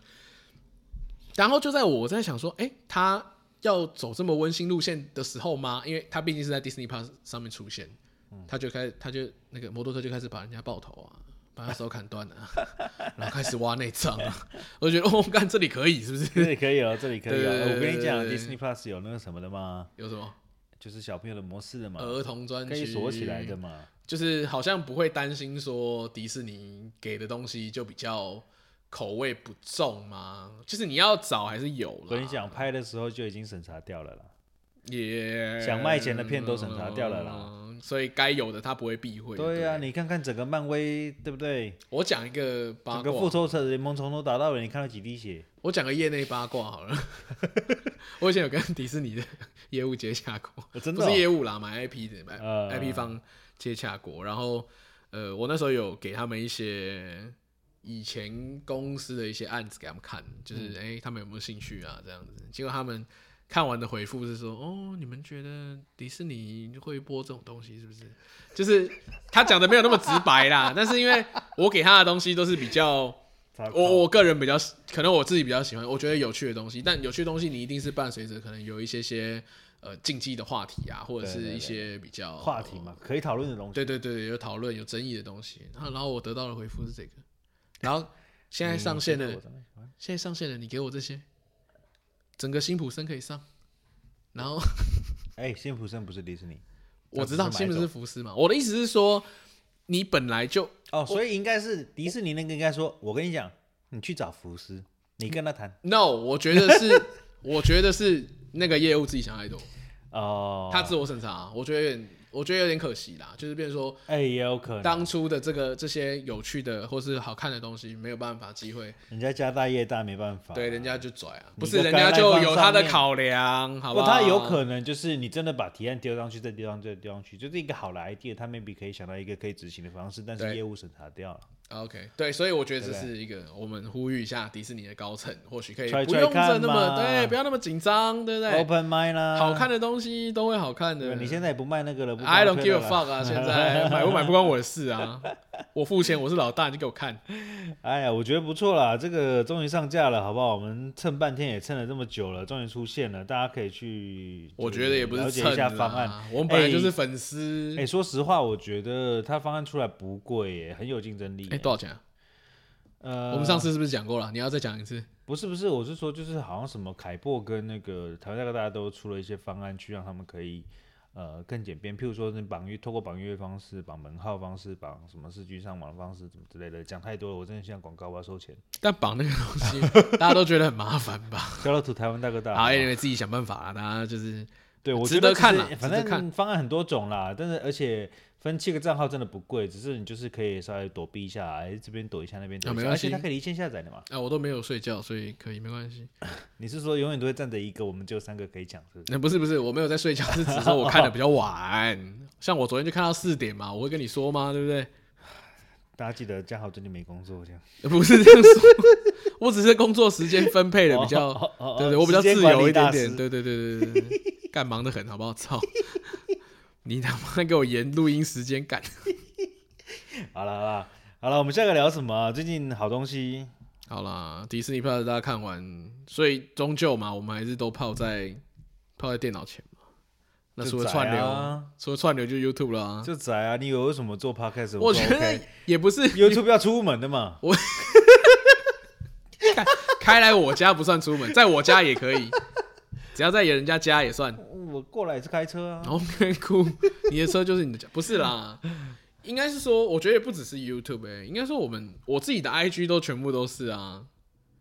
然后就在我在想说，哎、他要走这么温馨路线的时候吗？因为他毕竟是在 Disney Plus 上面出现，他就开他就那个摩托车就开始把人家爆头啊，把他手砍断 [laughs] 啊，然后开始挖内脏啊，我就觉得哦，干这里可以是不是？这里可以哦，这里可以对哦。对对哎我跟你讲对对，Disney Plus 有那个什么的嘛，有什么就是小朋友的模式的嘛，儿童专可区以锁起来的，嘛。就是好像不会担心说迪士尼给的东西就比较口味不重吗？就是你要找还是有了。我跟你讲，拍的时候就已经审查掉了啦。也想卖钱的片都审查掉了啦嗯所以该有的他不会避讳。对啊呀，呀、你看看整个漫威，对不对？我讲一个八整个复卦，仇者联盟从头打到尾，你看到几滴血？我讲个业内八卦好了。 [laughs] 我以前有跟迪士尼的业务接洽过，呃真不的哦是业务啦，买 IP 的买、呃 IP 方接洽过。然后呃，我那时候有给他们一些以前公司的一些案子给他们看，就是嗯哎、诶他们有没有兴趣啊这样子。结果他们看完的回复是说，哦，你们觉得迪士尼会播这种东西是不 [laughs] 是？就是他讲的没有那么直白啦，但是因为我给他的东西都是比较。我我我个人比较喜，可能我自己比较喜欢，我觉得有趣的东西，但有趣的东西你一定是伴随着可能有一些些呃竞技的话题啊，或者是对对对一些比较话题嘛，可以讨论的东西。对对对，有讨论有争议的东西。然后然后我得到的回复是这个，然后现在上线的，嗯你是我当然喜欢现在上线的，你给我这些，整个辛普森可以上，然 [laughs] 后哎，辛普森不是迪士尼我知道这辛普样子是哪一森种福斯嘛，我的意思是说，你本来就哦，所以应该是迪士尼那个应该说，我跟你讲，你去找福斯，你跟他谈 no，我觉得 [laughs] 是，我觉得是那个业务自己想太多。哦。嗯他自我审查、我觉得有点，我觉得有点可惜啦。就是变成说，哎也有可能，当初的这个这些有趣的或是好看的东西，没有办法机会，人家家大业大没办法。对，人家就拽啊，不你是就人该家来就放有上他的面考量，好不不过好？他有可能就是你真的把提案丢上去，再丢上去，再丢上去，就是一个好的 idea，他 maybe 可以想到一个可以执行的方式，但是对业务审查掉了。 OK，对，所以我觉得这对不是一个我们呼吁一下迪士尼的高层，或许可以踹不踹用看这那么嘛哦对，不要那么紧张，对不对？ Open mind 啦，好看的东西都会好看的对。。你现在也不卖那个了不 I don't 帮 give 推 a 了啦 fuck 啊！现在买不买不关我的事啊，我付钱，我是老大，你就给我看。哎呀，我觉得不错啦，这个终于上架了，好不好？我们蹭半天也蹭了这么久了，终于出现了，大家可以去我就觉得也不是了解蹭一下啦方案。我们本来哎就是粉丝哎、。哎说实话，我觉得它方案出来不贵耶，很有竞争力耶。哎，多少钱啊？呃，我们上次是不是讲过了？你要再讲一次？不是不是，我是说就是好像什么凯擘跟那个台湾大哥大都出了一些方案，去让他们可以呃更简便，譬如说是绑约，透过绑约方式、绑门号方式、绑什么市居上网方式怎么之类的。讲太多了，我真的像广告，我要收钱。但绑那个东西，大家都觉得很麻烦吧？ [laughs] 交到图台湾大哥大，好，你们自己想办法啦。大家就是对我值觉得得看其啦实反值得正方案很多种啦，但是而且分七个账号真的不贵，只是你就是可以稍微躲避一下，哎，这边躲一下，那边躲啊一没下，关而且系它可以离线下载的嘛。啊，我都没有睡觉，所以可以没关系。你是说永远都会站着一个，我们只有三个可以讲，是不呃是？那、不是不是，我没有在睡觉，是指说我看的比较晚。像我昨天就看到四点嘛，我会跟你说吗？对不对？大家记得嘉豪最近没工作这样。呃不是这样说，我只是工作时间分配的比较，哦哦哦对对，我比较时自间管理由一点大师点。对对对对对对， [laughs] 干忙的很，好不好？操！ [laughs] 你他妈给我延录音时间干！好了好了好了，我们下个聊什么啊、最近好东西，好啦，迪士尼 Plus 大家看完，所以终究嘛，我们还是都泡在泡在电脑前嘛。那就除了宅串流，啊除了串流就 YouTube 啦。就宅啊！你以为为什么做 podcast？我说觉得 OK 也不是 YouTube 要出门的嘛，开来我家不算出门，在我家也可以，只要在人家家也算。我过来也是开车哦啊。 OK，酷，你的车就是你的家，不是啦。应该是说，我觉得也不只是 YouTube，、欸、应该说我们我自己的 IG 都全部都是啊，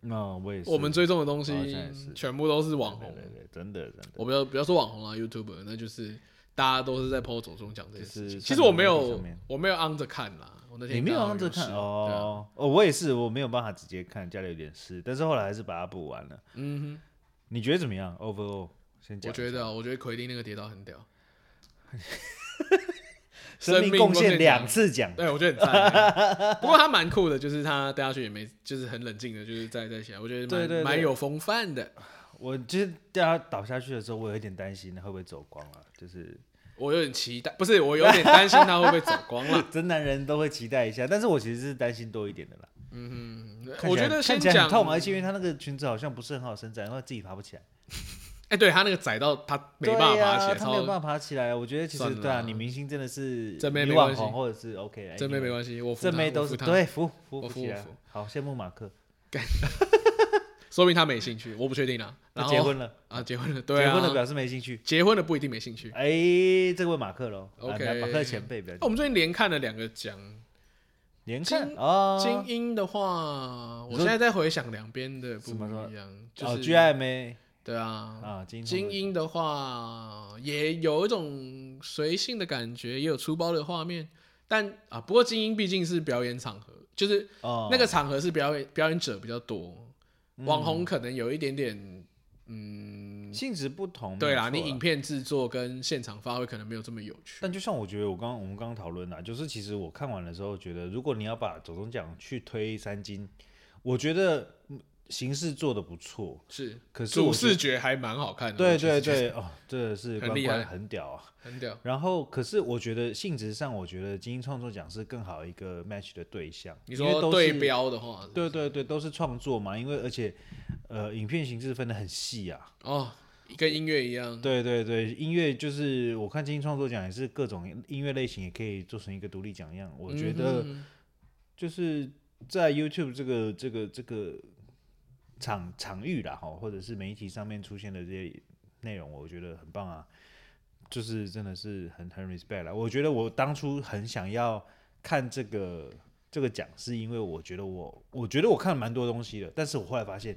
那、我也是，我们追踪的东西好像也是全部都是网红对。对对，真的真的。我不要不要说网红啊，YouTuber，那就是大家都是在 PO 走中讲这些事就情。是其实我没在网络有上面，我没有 on 着看啦。我那天你没有刚好让这看事，啊哦、哦，我也是，我没有办法直接看，家里有点事，但是后来还是把它补完了。嗯你觉得怎么样？Overall，先哼，讲我一下。觉得啊，我觉得奎丁那个跌倒很 [laughs] 屌，生命贡贡献献奖两次奖，对我觉得很赞 [laughs] 欸。不过他蛮酷的，就是他掉下去也没，就是很冷静的，就是在在起来，我觉得对对对蛮蛮有风范的。我就是大家倒下去的时候，我有一点担心会不会走光啊，就是我有点期待，不是我有点担心他会不会走光了。真男人都会期待一下，但是我其实是担心多一点的啦。 [laughs] 看呃我起来觉得先看起来讲很，痛啊，而且因为他那个裙子好像不是很好伸展，然后自己爬不起来，哎，对他那个窄到他没对办法爬呀起来，他没有超办法爬起来。我觉得其算实对了啊，女明星真的是正妹女没网关系红或者是 OK，哎真没你没们关系，我服正他妹我都服是他对服服我不服起我来服。好羡慕马克，说明他没兴趣，我不确定啊。然他后结婚了，啊，结婚了， [laughs] 对结啊，婚了表示没兴趣。结婚了不一定没兴趣。哎，这个问马克喽啊 OK 马克前辈比较我们最近连看了两个奖，年看金哦，精英的话，我你说现在在回想两边的不什么一样，就哦是 GIMA 对啊，啊，金精英的话也有一种随性的感觉，也有粗暴的画面，但啊，不过精英毕竟是表演场合，就是哦嗯那个场合是表演表演者比较多，网红可能有一点点，嗯，性质不同，对啦，没你错影片制作跟现场发挥可能没有这么有趣。但就像我觉得我刚我们刚刚讨论啦，就是其实我看完的时候觉得，如果你要把走中奖去推三金，我觉得嗯形式做的不错，是，可是主我觉视觉还蛮好看的，对我其实对觉得对哦，真的是很关厉害关很屌啊。很屌。然后可是我觉得性质上，我觉得精英创作奖是更好一个 match 的对象，你因为说都对是标的话，对对对，都是创作嘛，因为而且呃，影片形式分得很细啊。哦，跟音乐一样，对对对，音乐就是我看精英创作奖也是各种音乐类型也可以做成一个独立奖样，我觉得嗯就是在 YouTube 这个这个这个场场域啦哈，或者是媒体上面出现的这些内容，我觉得很棒啊，就是真的是很很 respect 啦。我觉得我当初很想要看这个这个奖，是因为我觉得我我觉得我看了蛮多东西的，但是我后来发现。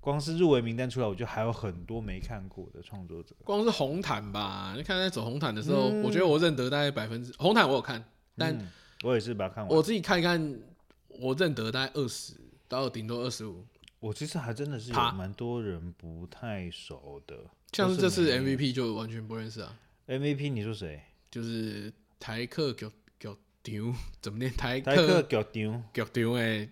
光是入围名单出来，我就还有很多没看过的创作者。光是红毯吧，你看在走红毯的时候，我觉得我认得大概百分之红毯我有看，但嗯我也是把它看完。我我自己看一看，我认得大概二十到顶多二十五，我其实还真的是有他蛮多人不太熟的，像是这次都是没 MVP 就完全不认识啊， MVP 你说谁？就是台客狗狗丢 [laughs] 怎么念台台克客狗丢狗丢哎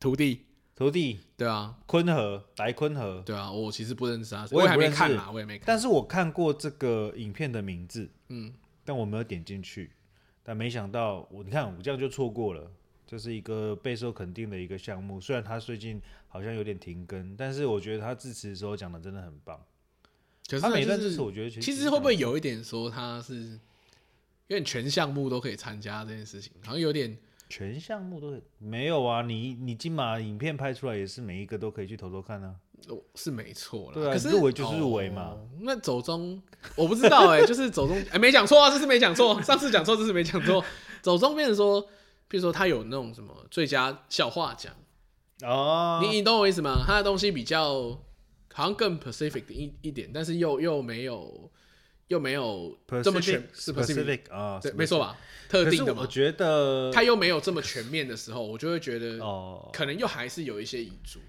徒弟，投递对啊坤和白坤和，对啊，我其实不认识啊，我也我还不没认识看啊，我也没看，但是我看过这个影片的名字，嗯，但我没有点进去，但没想到我你看我这样就错过了。这是一个备受肯定的一个项目，虽然他最近好像有点停更，但是我觉得他致辞的时候讲的真的很棒。可是他他每段就致是辞，我觉得其实其实会不会有一点说他是，有点全项目都可以参加这件事情，好像有点全项目都可以没有啊？你你金马影片拍出来也是每一个都可以去投投看啊。哦是没错啦。对啊可是入围就是入围嘛哦那走中我不知道 [laughs] 哎、就是走中哎、没讲错啊，这次没讲错， [laughs] 上次讲错，这次没讲错。走中变成说，比如说他有那种什么最佳笑话奖，哦，你你懂我意思吗？他的东西比较好像更 Pacific 一一点，但是又又没有又没有这么全是 Pacific specific 啊，对， specific 没错。吧？特定的可是我嘛，觉得他又没有这么全面的时候，我就会觉得哦，可能又还是有一些遗珠。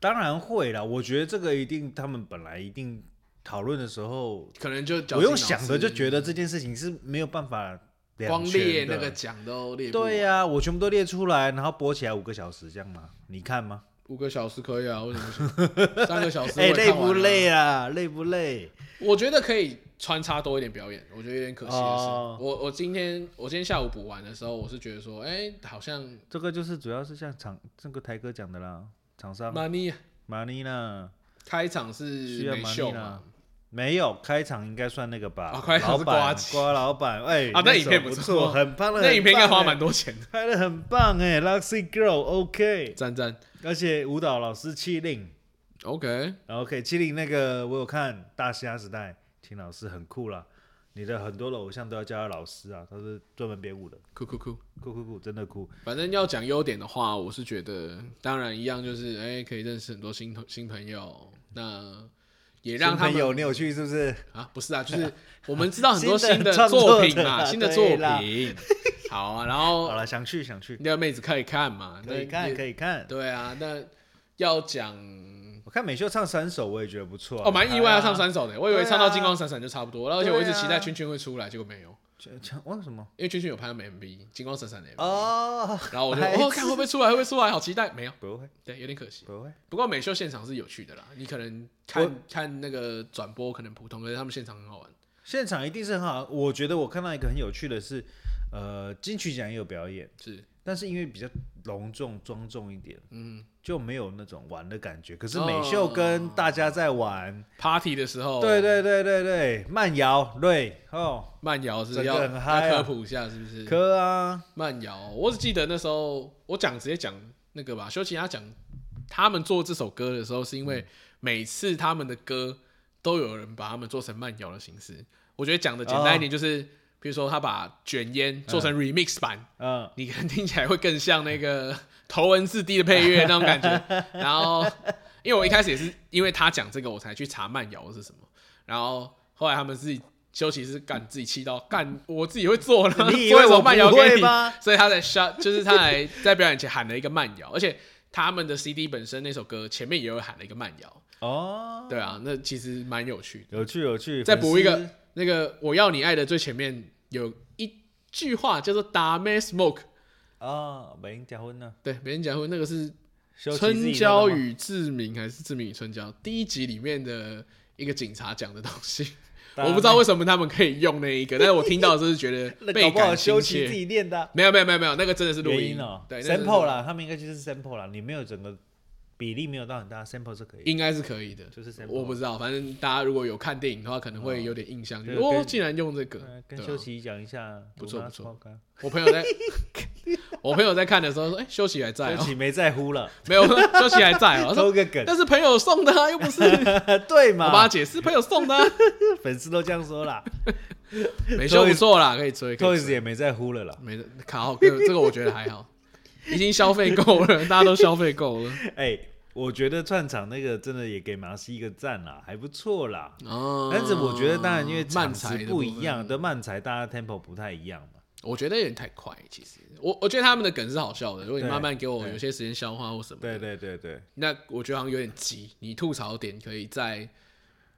当然会啦。我觉得这个一定，他们本来一定讨论的时候，可能就绞我尽用脑想的汁就觉得这件事情是没有办法两光全列的那个奖都列不对完、呀、我全部都列出来，然后播起来五个小时，这样吗？你看吗？五个小时可以啊，为什么不行？三 [laughs] 个小时哎、我也累看完不了？累啊？累不累？我觉得可以穿插多一点表演，我觉得有点可惜的是，哦我我今天我今天下午补完的时候，我是觉得说，哎、好像这个就是主要是像厂这个台哥讲的啦，厂商 money 马尼呢开场是嗯需要美马秀尼呢嘛？？没有开场应该算那个吧？啊开场是老瓜板吉瓜老板，哎、啊那影片首不不错很棒的，那影片应该花很棒哎蛮多钱的，拍的很棒哎，Luxy Girl，OK，、赞赞而且舞蹈老师七令，OK， ，OK，七令那个我有看《大虾时代》，秦老师很酷啦，你的很多的偶像都要叫他老师啊，他是专门编舞的，酷酷酷。酷酷酷，真的酷，反正要讲优点的话，我是觉得，当然一样就是，哎、可以认识很多新同新朋友，那也让他新朋们友你有去是不是？啊，不是啊，就是我们知道很多新的新的创作作品者嘛，啊 [laughs] 新的作对啦品，好啊，然好后了，想去想去，那妹子哦可以看 [laughs] 嘛，可以那看也可以看，对啊，那要讲我看美秀唱三首，我也觉得不错啊、哦，蛮意外要唱还啊，三首的，我以为对啊唱到金光闪闪就差不多了，而且我一直对啊期待圈圈会出来，结果没有，这这为什么？因为圈圈有拍他们 MV 金光闪闪的 MV，哦，然 [laughs] 后我就白痴哦，看会不会出来，会不会出来，好期待，没有，不会对，有点可惜。不会，不过美秀现场是有趣的啦，你可能看看那个转播可能普通，可是他们现场很好玩。现场一定是很好，我觉得我看到一个很有趣的是，呃，金曲奖也有表演。是，但是因为比较隆重庄重一点，嗯就没有那种玩的感觉。可是哦美秀跟大家在玩， ，party 的时候，对对对对对，慢摇对哦，慢摇是整个要很大嗨家科啊普一下，是不是？科啊，慢摇，我只记得那时候我讲直接讲那个吧，修齐他讲他们做这首歌的时候，是因为每次他们的歌都有人把他们做成慢摇的形式。我觉得讲的简哦单一点，就是、比如说他把卷烟做成 remix 版， [laughs] 嗯，你可能听起来会更像那个 [laughs] 头文字 D 的配乐那种感 [laughs] 觉。然后，因为我一开始也是因为他讲这个，我才去查慢摇是什么。然后后来他们自己休息是干自己气到干，我自己会做了，[laughs] 你以为做我一首不慢摇给会你吗？所以他在 shut，就是他来在表演前喊了一个慢摇，而且他们的 CD 本身那首歌前面也有喊了一个慢摇。哦，对啊，那其实蛮有趣的。有趣有趣，再补一粉个丝，，那个我要你爱的最前面有一句话叫做“打妹 smoke”。啊，美英结婚了，对，别人讲过那个是休息自己春弄的吗娇与志明还是志明与春娇第一集里面的一个警察讲的东 [laughs] 西，当然我不知道为什么他们可以用那一个，但是我听到的时候是觉得 [laughs] 那倍搞不好感休亲息自切。己练的啊没有没有没有没有，那个真的是录原因哦哦，对那个是录 sample 啦，他们应该就是 sample 啦，你没有整个比例没有到很大，sample 是可以，应该是可以的。就是 sample，我不知道，反正大家如果有看电影的话，可能会有点印象，就是对哦，跟竟然用这个呃，跟对啊休息讲一下，不错 Do not 不错 smoke 啊，我朋友在，我朋友在看的时候说，哎，休息还在休哦，息没在乎了，没有，休息还在 [laughs] 哦，我偷说个 [laughs] 梗，但是朋友送的啊，又不 [laughs] 是我对嘛？帮他解释，朋友送 [laughs] 的啊。粉丝都这样 [laughs] 说啦美秀不错啦，可以追。可以，Toys 追也没在乎了啦。没的卡好，这个这个我觉得还好，已经消费够了，大家都消费够了。哎、我觉得串场那个真的也给马西一个赞啦，还不错啦。哦， [laughs] 但是我觉得当然因为慢场才次的不部一分，样，的慢才大家 tempo 不太一样嘛。哦我觉得有点太快。其实我我觉得他们的梗是好笑的，如果你对慢慢给我对有些时间消化或什么，对，对对对，那我觉得好像有点急。你吐槽点可以再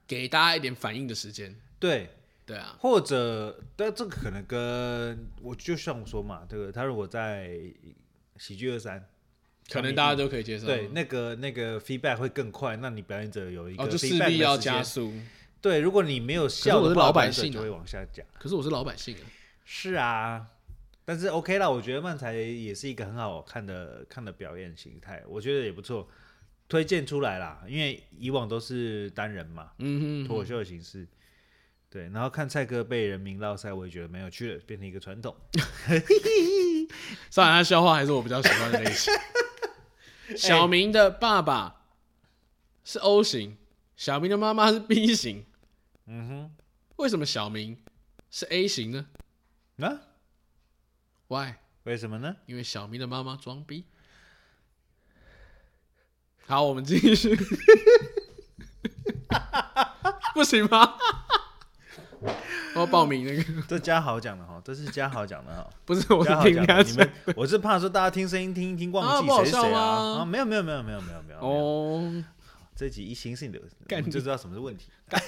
给大家一点反应的时间。对，对啊，或者但这个可能跟我就像我说嘛，这个他如果在喜剧二三，可能大家都可以接受。对，那个那个 feedback 会更快，那你表演者有一个嗯哦，就势 feedback 必的要时间加速。对，如果你没有可是笑我的是话，老百表演者姓啊就会往下讲。可是我是老百姓啊，是啊，但是 OK 啦，我觉得漫才也是一个很好看的看的表演形态，我觉得也不错，推荐出来啦。因为以往都是单人嘛，嗯哼，脱口秀的形式。对，然后看蔡哥被人民绕赛，我也觉得蛮有趣的，变成一个传统。虽然他笑话还是我比较喜欢的类 [laughs] 型。哎小明的爸爸是 O 型，小明的妈妈是 B 型，嗯哼，为什么小明是 A 型呢啊， ？Why？为什么呢？因为小明的妈妈装逼。好，我们继续。 [laughs] 不行吗？我要报名那个，这嘉豪讲的哈，这是嘉豪讲的哈。不是我是嘉豪听讲人的，家你讲们我是怕说大家听声音听一听啊忘记不好谁是笑谁吗啊？啊，没有没有没有没有没有没有。没有，哦。这集一星是你的，我干们你就知道什么是问题。哎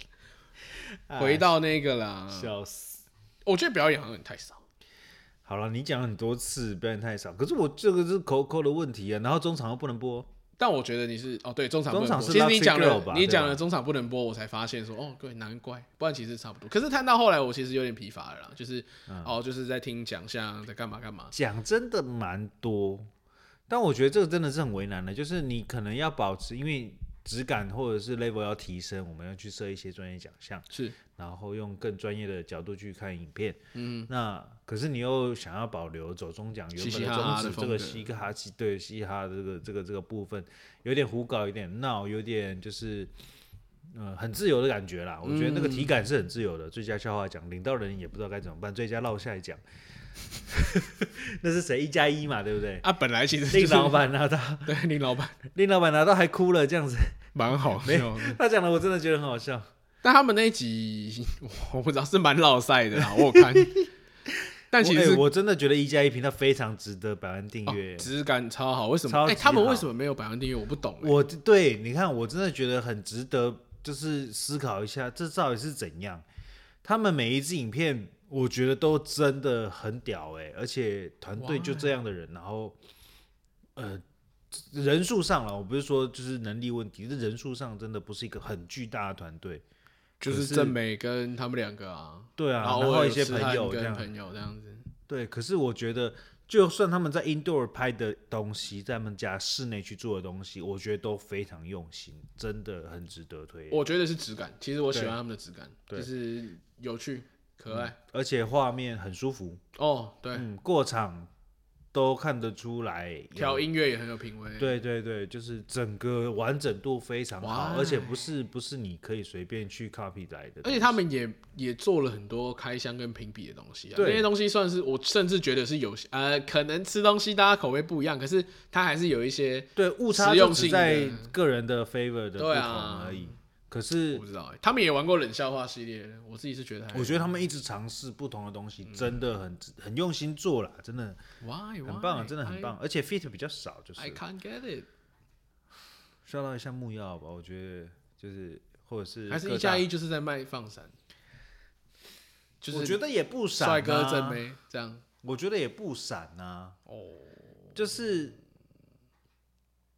[laughs] 回到那个啦，笑死。我觉得表演好像有点太少。好了，你讲了很多次，表演太少。可是我这个是口口的问题啊，然后中场又不能播，但我觉得你是哦，对，中场不能中播。场是其实你 Luxy 讲 Girl 吧了，你讲对啊了吧中场不能播，我才发现说哦，对，难怪，不然其实差不多。可是看到后来，我其实有点疲乏了啦，就是、嗯哦，就是在听奖项，在干嘛干嘛。讲真的蛮多。但我觉得这个真的是很为难的，就是你可能要保持，因为质感或者是 level 要提升，我们要去设一些专业奖项。是，然后用更专业的角度去看影片。嗯，那可是你又想要保留走中奖原嘻本嘻哈哈的宗旨，这风个格嘻哈嘻对嘻哈的这个这个这个部分，有点胡搞，有点闹，有点就是。嗯，很自由的感觉啦，我觉得那个体感是很自由的。最佳笑话奖领到人也不知道该怎么办，最佳落下奖，那是谁一加一嘛，对不对？啊，本来其实令就是老板拿到， [laughs] 对林老板令老板拿到还哭了，这样子，蛮好笑的。他讲的我真的觉得很好笑。但他们那一集我不知道是蛮老赛的 [laughs] 啦，我有看。但其实我,、是欸、我真的觉得一加一频道非常值得百万订阅、哦质感超好，为什么？超哎、级他们好为什么没有百万订阅？我不懂、欸。我对你看，我真的觉得很值得，就是思考一下，这到底是怎样？他们每一支影片，我觉得都真的很屌哎、而且团队 Why？就这样的人，然后呃，人数上了，我不是说就是能力问题，这人数上真的不是一个很巨大的团队。就是可是郑美跟他们两个啊，对啊，然然后我一些朋友这跟样，朋友这样子，对，可是我觉得，就算他们在 indoor 拍的东西，在他们家室内去做的东西，我觉得都非常用心，真的很值得推。啊我觉得是质感。其实我喜对欢他们的质感，对就是有趣、可爱。嗯而且画面很舒服，哦，对，嗯，过场都看得出来有。调音乐也很有品味。对对对，就是整个完整度非常好，而且 Why？不是不是你可以随便去 copy 来的而东西。且他们也也做了很多开箱跟评比的东西啊，对那些东西算是我甚至觉得是有些呃，可能吃东西大家口味不一样，可是它还是有一些对误差实就用只性在的个人的 favor 的不对同啊而已。可我是不知道、欸，他们也玩过冷笑话系列，我自己是觉得还，我觉得他们一直尝试不同的东嗯西，真的很很用心做啦，真的 why 很棒，啊，哎 why？真的很棒。而且 fit 比较少，就是 I, I can't get it，刷到一下木曜吧，我觉得就是或者是还是各一加大一就是在卖放闪，就是我觉得也不闪、啊，帅哥正妹这样我觉得也不闪呐、哦，就是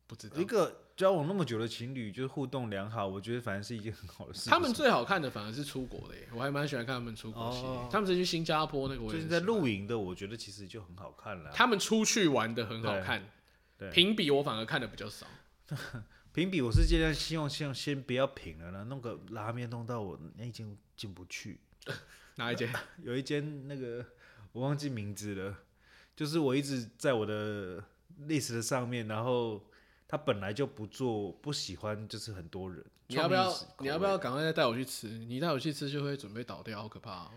不知道一个交往那么久的情侣，就是互动良好，我觉得反正是一件很好的事情。他们最好看的反而是出国的耶，我还蛮喜欢看他们出国系列。哦他们是去新加坡那个，我就也是很在喜欢露营的，我觉得其实就很好看了。啊他们出去玩的很好看对，对评比我反而看的比较少。评比我是尽量希望先先不要评了啦，弄个拉面弄到我那间进不去。 [laughs] 哪一间？有一间那个我忘记名字了，就是我一直在我的 list 的上面，然后他本来就不做，不喜欢就是很多人。你要不要创意是口？味你要不要赶快再带我去吃？你带我去吃就会准备倒掉，好可怕、 [laughs] 哦！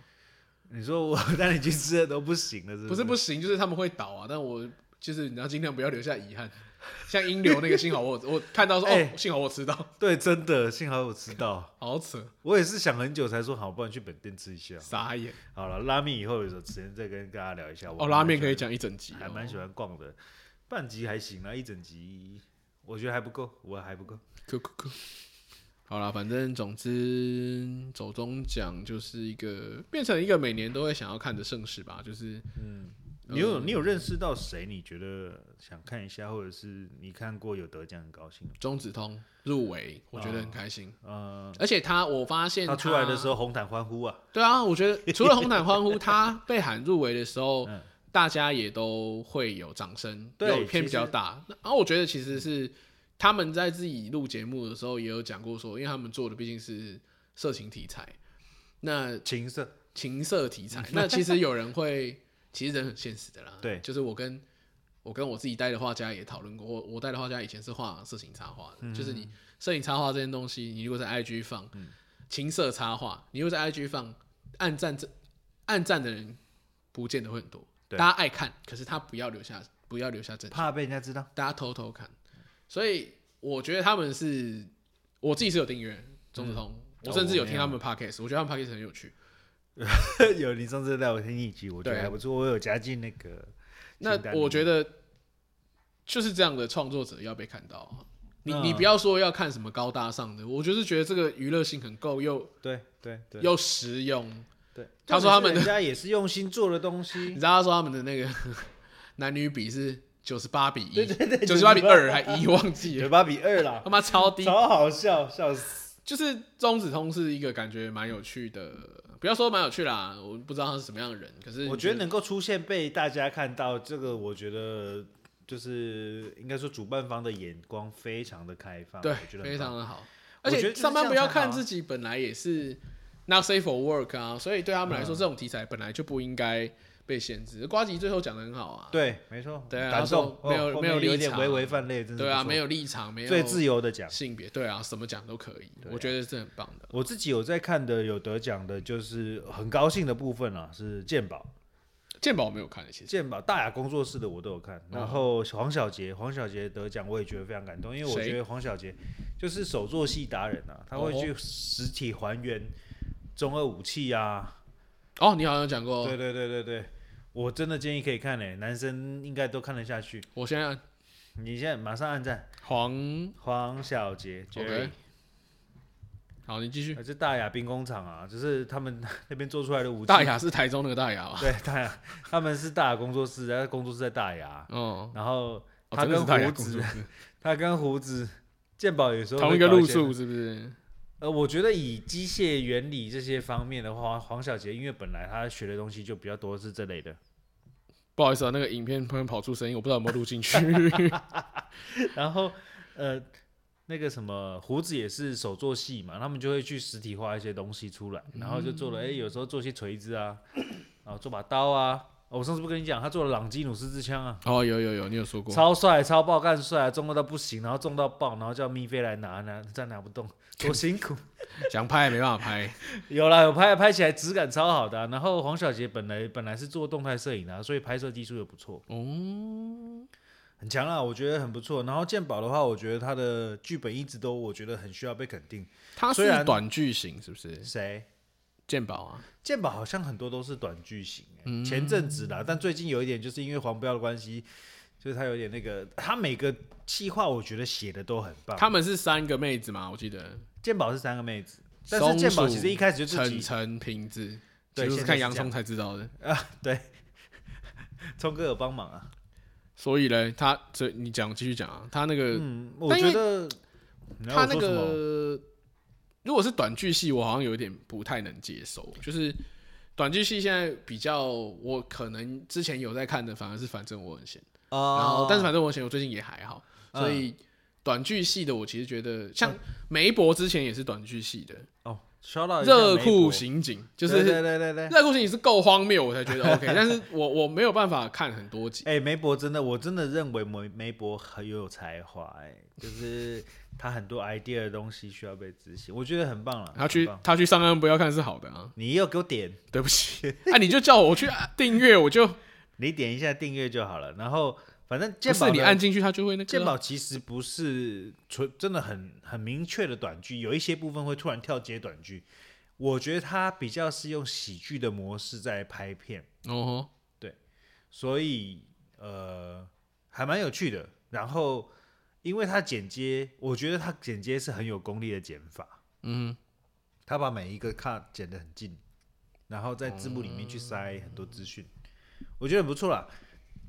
你说我 [laughs] 带你去吃的都不行了，是不是是不行，就是他们会倒啊。但我就是你要尽量不要留下遗憾。 [laughs] 像英流那个，幸好我我看到说、 [laughs] 哎哦，幸好我吃到，对，真的，幸好有吃到。好扯，我也是想很久才说好，不然去本店吃一下。傻眼。好了，拉面以后有时候时间再跟大家聊一下。我哦，拉面可以以，讲一整集、哦，还蛮喜欢逛的，半集还行啊，一整集我觉得还不够，我还不够。酷酷酷。好啦，反正总之走中奖就是一个变成一个每年都会想要看的盛事吧，就是嗯你有你有认识到谁？你觉得想看一下，或者是你看过有得奖很高兴？中子通入围，我觉得很开心。呃，而且他，我发现他出来的时候红毯欢呼啊，候，对啊，我觉得除了红毯欢呼，他被喊入围的时候， [laughs] 嗯大家也都会有掌声，对有偏其比实较大。然后我觉得其实是他们在自己录节目的时候也有讲过说，因为他们做的毕竟是色情题材，那情色情色题材，那其实有人会其实人很现实的啦。对就是我跟我跟我自己带的画家也讨论过，我我带的画家以前是画色情插画的，就是你摄影插画这件东西，你如果在 IG 放、情色插画，你又在 IG 放，暗赞这暗赞的人不见得会很多，对大家爱看，可是他不要留下不要留下证据，怕被人家知道。 [laughs] 大家偷偷看，所以我觉得他们是，我自己是有订阅钟子通，我甚至有听他们 podcast，、我觉得他们 podcast 很有趣。有你上次带我听一集，我觉得对还不错，我有加进那个那我觉得得就是这样的创作者要被看到啊。你嗯你不要说要看什么高大上的，我就是觉得这个娱乐性很够，又对对对又实用。对。他说他们的人家也是用心做的东你西， [laughs] 知道他说他们的那个男女比是九十八比一，对对对九十八比二还一忘记了，九八比二啦，他妈超 [laughs] 低。超好笑，笑死。就是钟子通是一个感觉蛮有趣的，不要说蛮有趣啦，我不知道他是什么样的人，可是我觉得能够出现被大家看到，这个我觉得就是应该说主办方的眼光非常的开放，对我觉得很非棒常的好，我而觉得且就是上班不这要样才好啊看自己本来也是 not safe for work 啊，所以对他们来嗯说这种题材本来就不应该被限制。瓜吉最后讲的很好啊，对，没错，对啊感他说动，没有哦后没有面有立一点场微微泛泪，真的对啊，不错没有立场，没有最自由的讲。性别，对啊，什么讲都可以，对啊我觉得是很棒的。我自己有在看的，有得奖的，就是很高兴的部分啊，是鉴宝，鉴宝我没有看，欸其实鉴宝大雅工作室的我都有看，嗯然后黄小杰，黄小杰得奖我也觉得非常感动，因为我谁哦觉得黄小杰就是手作系达人啊，他会去实体还原中二武器啊，哦，你好像有讲过对，对对对对，我真的建议可以看诶、欸男生应该都看得下去。我现在你现在马上按赞，黄黄小杰 j OK，好，你继续。这大雅兵工厂啊，就是他们 [laughs] 那边做出来的武器。大雅是台中那个大雅吧？啊对大雅，他们是大雅工作室，然后工作室在大雅，哦，然后哦他真的跟是大雅胡公子，主他跟胡子鉴宝有时候同会一个搞路些。数是不是？呃，我觉得以机械原理这些方面的话，黄小杰因为本来他学的东西就比较多是这类的， [laughs] 不好意思啊，那个影片突然跑出声音，我不知道有没有录进去。然后呃，那个什么胡子也是手做戏嘛，他们就会去实体化一些东西出来，然后就做嗯了，哎、有时候做些锤子啊，然后做把刀啊。哦我上次不跟你讲，他做了朗基努斯之枪啊，哦，有有有，你有说过，超帅、超爆干帅啊，重到到不行，然后重到爆，然后叫咪菲来拿，拿再拿不动，多辛苦。想拍也没办法拍。有啦，有拍拍起来质感超好的啊、然后黄小杰本来本来是做动态摄影的啊、所以拍摄技术也不错，哦，很强啦，我觉得很不错。然后鉴宝的话，我觉得他的剧本一直都我觉得很需要被肯定。它虽是然短剧型是不是？谁？鉴宝啊，鉴宝好像很多都是短剧型、欸，嗯前阵子啦，但最近有一点就是因为黄标的关系，就是他有点那个，他每个企划我觉得写的都很棒。他们是三个妹子嘛，我记得。鉴宝是三个妹子，但松鼠是鉴宝其实一开始就自陈己陈瓶子，对其实现在是是看洋葱才知道的。聪哥有帮忙啊。所以呢，他所以你讲继续讲啊，他那个、嗯，我但因为觉得你要他我那说什么个如果是短剧戏，我好像有点不太能接受，就是。短剧戏现在比较，我可能之前有在看的，反而是反正我很闲。啊，然后，但是反正我前我最近也还好，嗯所以短剧系的我其实觉得，像梅博之前也是短剧系的，哦，烧到热酷刑警就是对对对对对。热酷刑警是够荒谬我才觉得 OK，但是我我没有办法看很多 [laughs] 集，哎、梅博真的，我真的认为梅梅博很有才华，哎，就是他很多 idea 的东西需要被执行，我觉得很棒 [laughs] 了。他很去棒他去上岸不要看是好的 [laughs] 啊，你又给我点，对不起，啊你就叫我去订阅，我 [laughs] 就你点一下订阅就好了。然后反正不鉴宝是的你按进去它就会那鉴个啊，宝其实不是纯真的很很明确的短剧，有一些部分会突然跳接短剧。我觉得它比较是用喜剧的模式在拍片，哦所以呃还蛮有趣的。然后因为它剪接，我觉得它剪接是很有功力的剪法。嗯，他把每一个卡剪得很近，然后在字幕里面去塞很多资讯，我觉得很不错啦。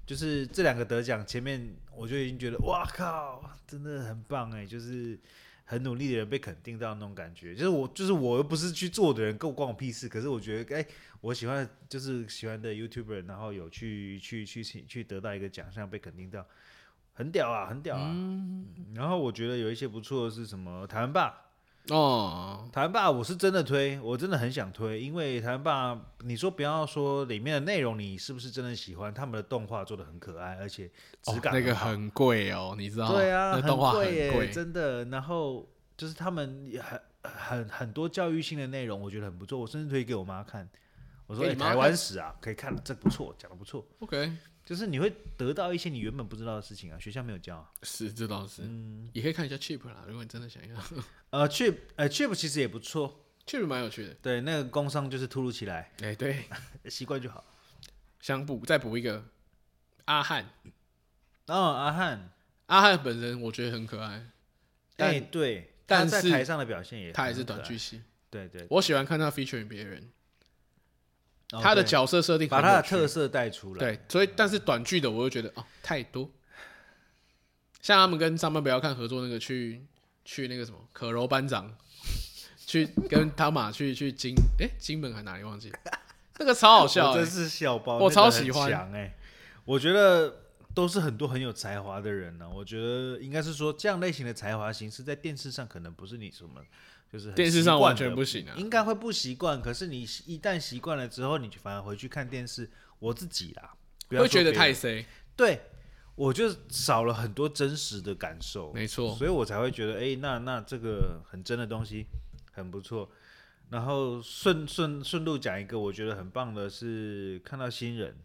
就是这两个得奖，前面我就已经觉得哇靠，真的很棒哎、就是很努力的人被肯定到那种感觉。就是我，就是我又不是去做的人，够关我屁事。可是我觉得，哎、我喜欢就是喜欢的 YouTuber，然后有去去去去去得到一个奖项，被肯定到，很屌啊，很屌啊。嗯然后我觉得有一些不错的是什么台湾霸，哦，台湾爸我是真的推，我真的很想推，因为台湾爸，你说不要说里面的内容，你是不是真的喜欢？他们的动画做的很可爱，而且质感、哦那个很贵哦，你知道吗？对啊，那动画很贵耶，贵，真的。然后就是他们也很很很多教育性的内容，我觉得很不错。我甚至推给我妈看，我说、给哎你妈台看湾史啊，可以看了，这不错，讲的不错。 OK，就是你会得到一些你原本不知道的事情啊，学校没有教啊。是这倒是，嗯也可以看一下 Cheap 啦，如果你真的想要呃，Chip，呃，Chip 其实也不错， ，Cheap 蛮有趣的。对，那个工商就是突如其来，哎、对，习惯就好。想补再补一个阿汉，然后哦阿汉，阿汉本人我觉得很可爱，但哎，对，但他在是台上的表现也他也是很可短爱剧，系，对对，我喜欢看他 featuring 别人，哦他的对角色设定把很有他的趣特色带出来，对，所以但是短剧的我又觉得哦太多，像他们跟上班不要看合作那个去去那个什么可柔班长， [laughs] 去跟汤马去去金哎、金门还哪里忘记，那个超好笑、我欸真，是笑爆，我那个超很喜欢强哎、我觉得都是很多很有才华的人呢、我觉得应该是说这样类型的才华形式在电视上可能不是你什么，就是很电视习上惯完全的不行啊应该会不习惯。可是你一旦习惯了之后，你就反而回去看电视，我自己啦，不要会说觉得别太人谁，对。我就少了很多真实的感受，没错，所以我才会觉得，哎、那那这个很真的东西很不错。然后顺顺顺路讲一个，我觉得很棒的是看到新人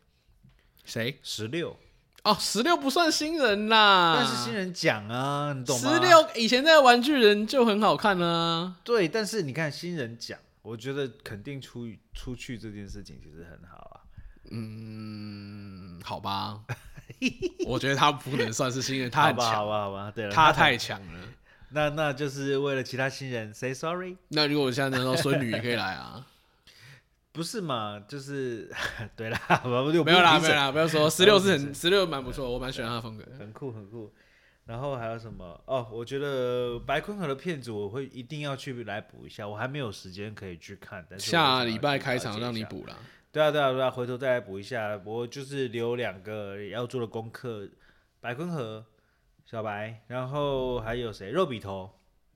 谁十六、哦十六不算新人啦，但是新人奖啊，你懂吗？十六以前在玩具人就很好看啊啦、对，但是你看新人奖，我觉得肯定出出去这件事情其实很好啊。嗯，好 [laughs] 吧，我觉得他不能算是新人，他好很吧，强，好吧，好吧，对了，他那太强了。那那就是为了其他新人 say sorry，那如果我现在能到孙女也可以来 [laughs] 啊，不是嘛？就是 [laughs] 对啦，我就没有啦，不没是评审有啦，不要说十六是很十六蛮不错，我蛮喜欢他的风格的。很酷很酷。然后还有什么？哦，我觉得白坤和的片子我会一定要去来补一下，我还没有时间可以去看。但是我想下要礼拜去开了解场一让你下。补啦，对啊对啊对啊，回头再来补一下。我就是留两个要做的功课：白坤和、小白，然后还有谁？肉笔头。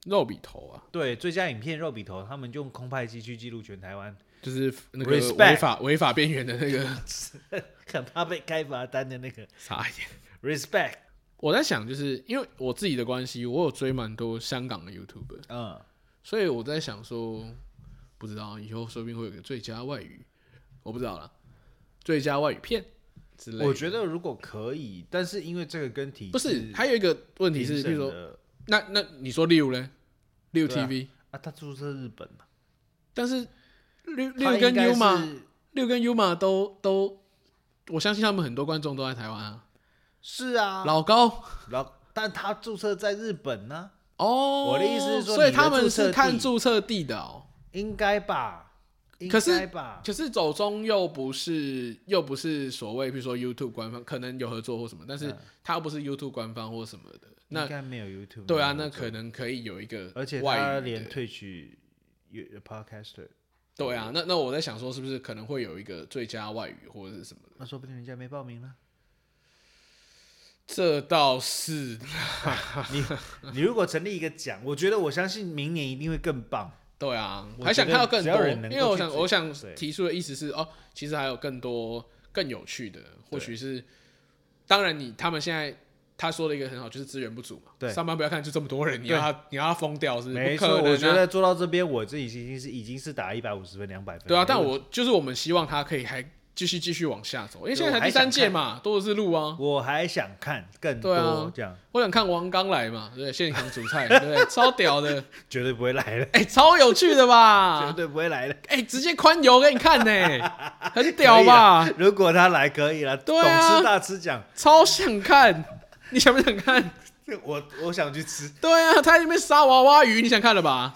肉笔头啊，对，最佳影片肉笔头，他们用空拍机去记录全台湾，就是那个 Respect 违法违法边缘的那个 [laughs] 很怕被开罚单的那个傻一点。 respect。我在想，就是因为我自己的关系，我有追蛮多香港的 YouTube，嗯，所以我在想说，不知道以后说不定会有个最佳外语，我不知道啦，最佳外语片之类的。我觉得如果可以，但是因为这个跟体嗯不是，还有一个问题是，评比如说，审的那那你说六嘞，六对啊 TV，啊，他注册日本嘛，但是六他六应跟该 U 嘛，是六跟 U 嘛都都，我相信他们很多观众都在台湾啊。是啊，老高然后但他注册在日本呢、哦，我的意思是说所以你的他们注册是地看注册地的哦。应该吧？应可是该吧？可是走中又不是又不是所谓，比如说 YouTube 官方可能有合作或什么，但嗯是他又不是 YouTube 官方或什么的。应那该没有 YouTube。对啊，那可能可以有一个嗯而且外他语连的退取 You- Podcaster，对啊，那那我在想说，是不是可能会有一个最佳外语或者是什么的？那说不定人家没报名 [laughs] 了。这倒是你如果成立一个奖，我觉得我相信明年一定会更棒。对啊，我还想觉看得到更只要多，人能因为够我去想追我想对提出的意思是，哦，其实还有更多更有趣的，或许是，当然你他们现在他说的一个很好，就是资源不足嘛，对上班不要看就这么多人，你要他你要他疯掉是不是？没不可错，能啊我觉得做到这边，我自己已经是已经是打一百五十分、两百分。对啊，没但问我就是我们希望他可以还继续继续往下走，因为对现在我才还第三想届嘛，多的是路啊。我还想看更对啊多，这样我想看王刚来嘛，对不对，现场煮菜，对不对，超屌的，绝对不会来了，哎、超有趣的吧？绝对不会来了。哎、直接宽油给你看呢、很屌吧可以？啊啦如果他来可以了，对啊懂吃大吃奖，超想看，你想不想看？这我我想去吃对啊，他在那边杀娃娃鱼，你想看了吧？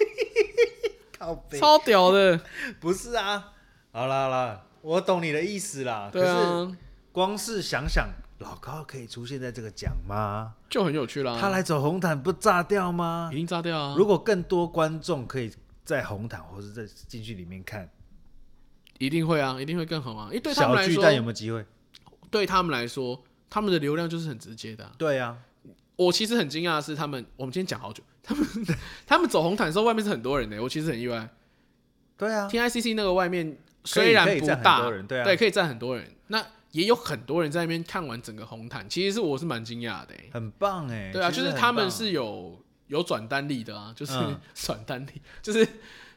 靠背，超屌的，不是啊，好啦好啦，我懂你的意思啦。对可是啊，光是想想老高可以出现在这个奖吗？就很有趣啦。他来走红毯不炸掉吗一？定炸掉啊！如果更多观众可以在红毯或是在进去里面看，一定会啊，一定会更好啊。因为对他们小来巨蛋有说，没有机会？对他们来说，他们的流量就是很直接的啊、对啊，我其实很惊讶的是，他们我们今天讲好久， [laughs] 他们他们走红毯的时候，外面是很多人的、我其实很意外。对啊， TICC 那个外面虽然可以不站很大多，人对啊可以站很多人，那也有很多人在那边看完整个红毯，其实是我是蛮惊讶的、欸。很棒哎、对啊，其就实是很他们棒是有有转单力的啊，就是嗯 [laughs] 转单力，就是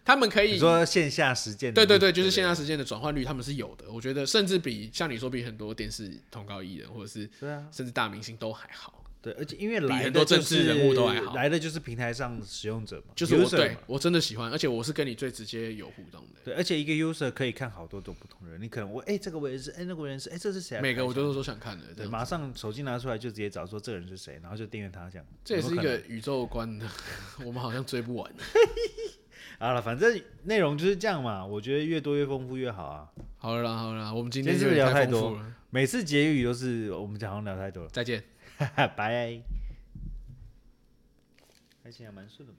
他们可以你说线下实践的对例子，对对，就是线对下时间的转换率，他们是有的。我觉得甚至比像你说，比很多电视通告艺人，或者是对啊，甚至大明星都还好。对，而且因为来很的多就政治是人物都还好来的就是平台上使用者嘛，就是我 user 对嘛我真的喜欢，而且我是跟你最直接有互动的，对，而且一个 user 可以看好多种不同人，你可能我哎、这个我也是，哎、那个我也是，哎、这是谁啊？每个我看一下都都想看的。这对，样马上手机拿出来就直接找说这个人是谁，然后就订阅他这样。这也有是一没有可能个宇宙观的， [laughs] 我们好像追不完。好了，反正内容就是这样嘛，我觉得越多越丰富越好啊。好了啦，好了啦，我们今今天天是就不是聊太太多丰富了，每次结语都是我们讲好像聊太多了，再见。哈哈，拜。还行，还蛮顺的嘛。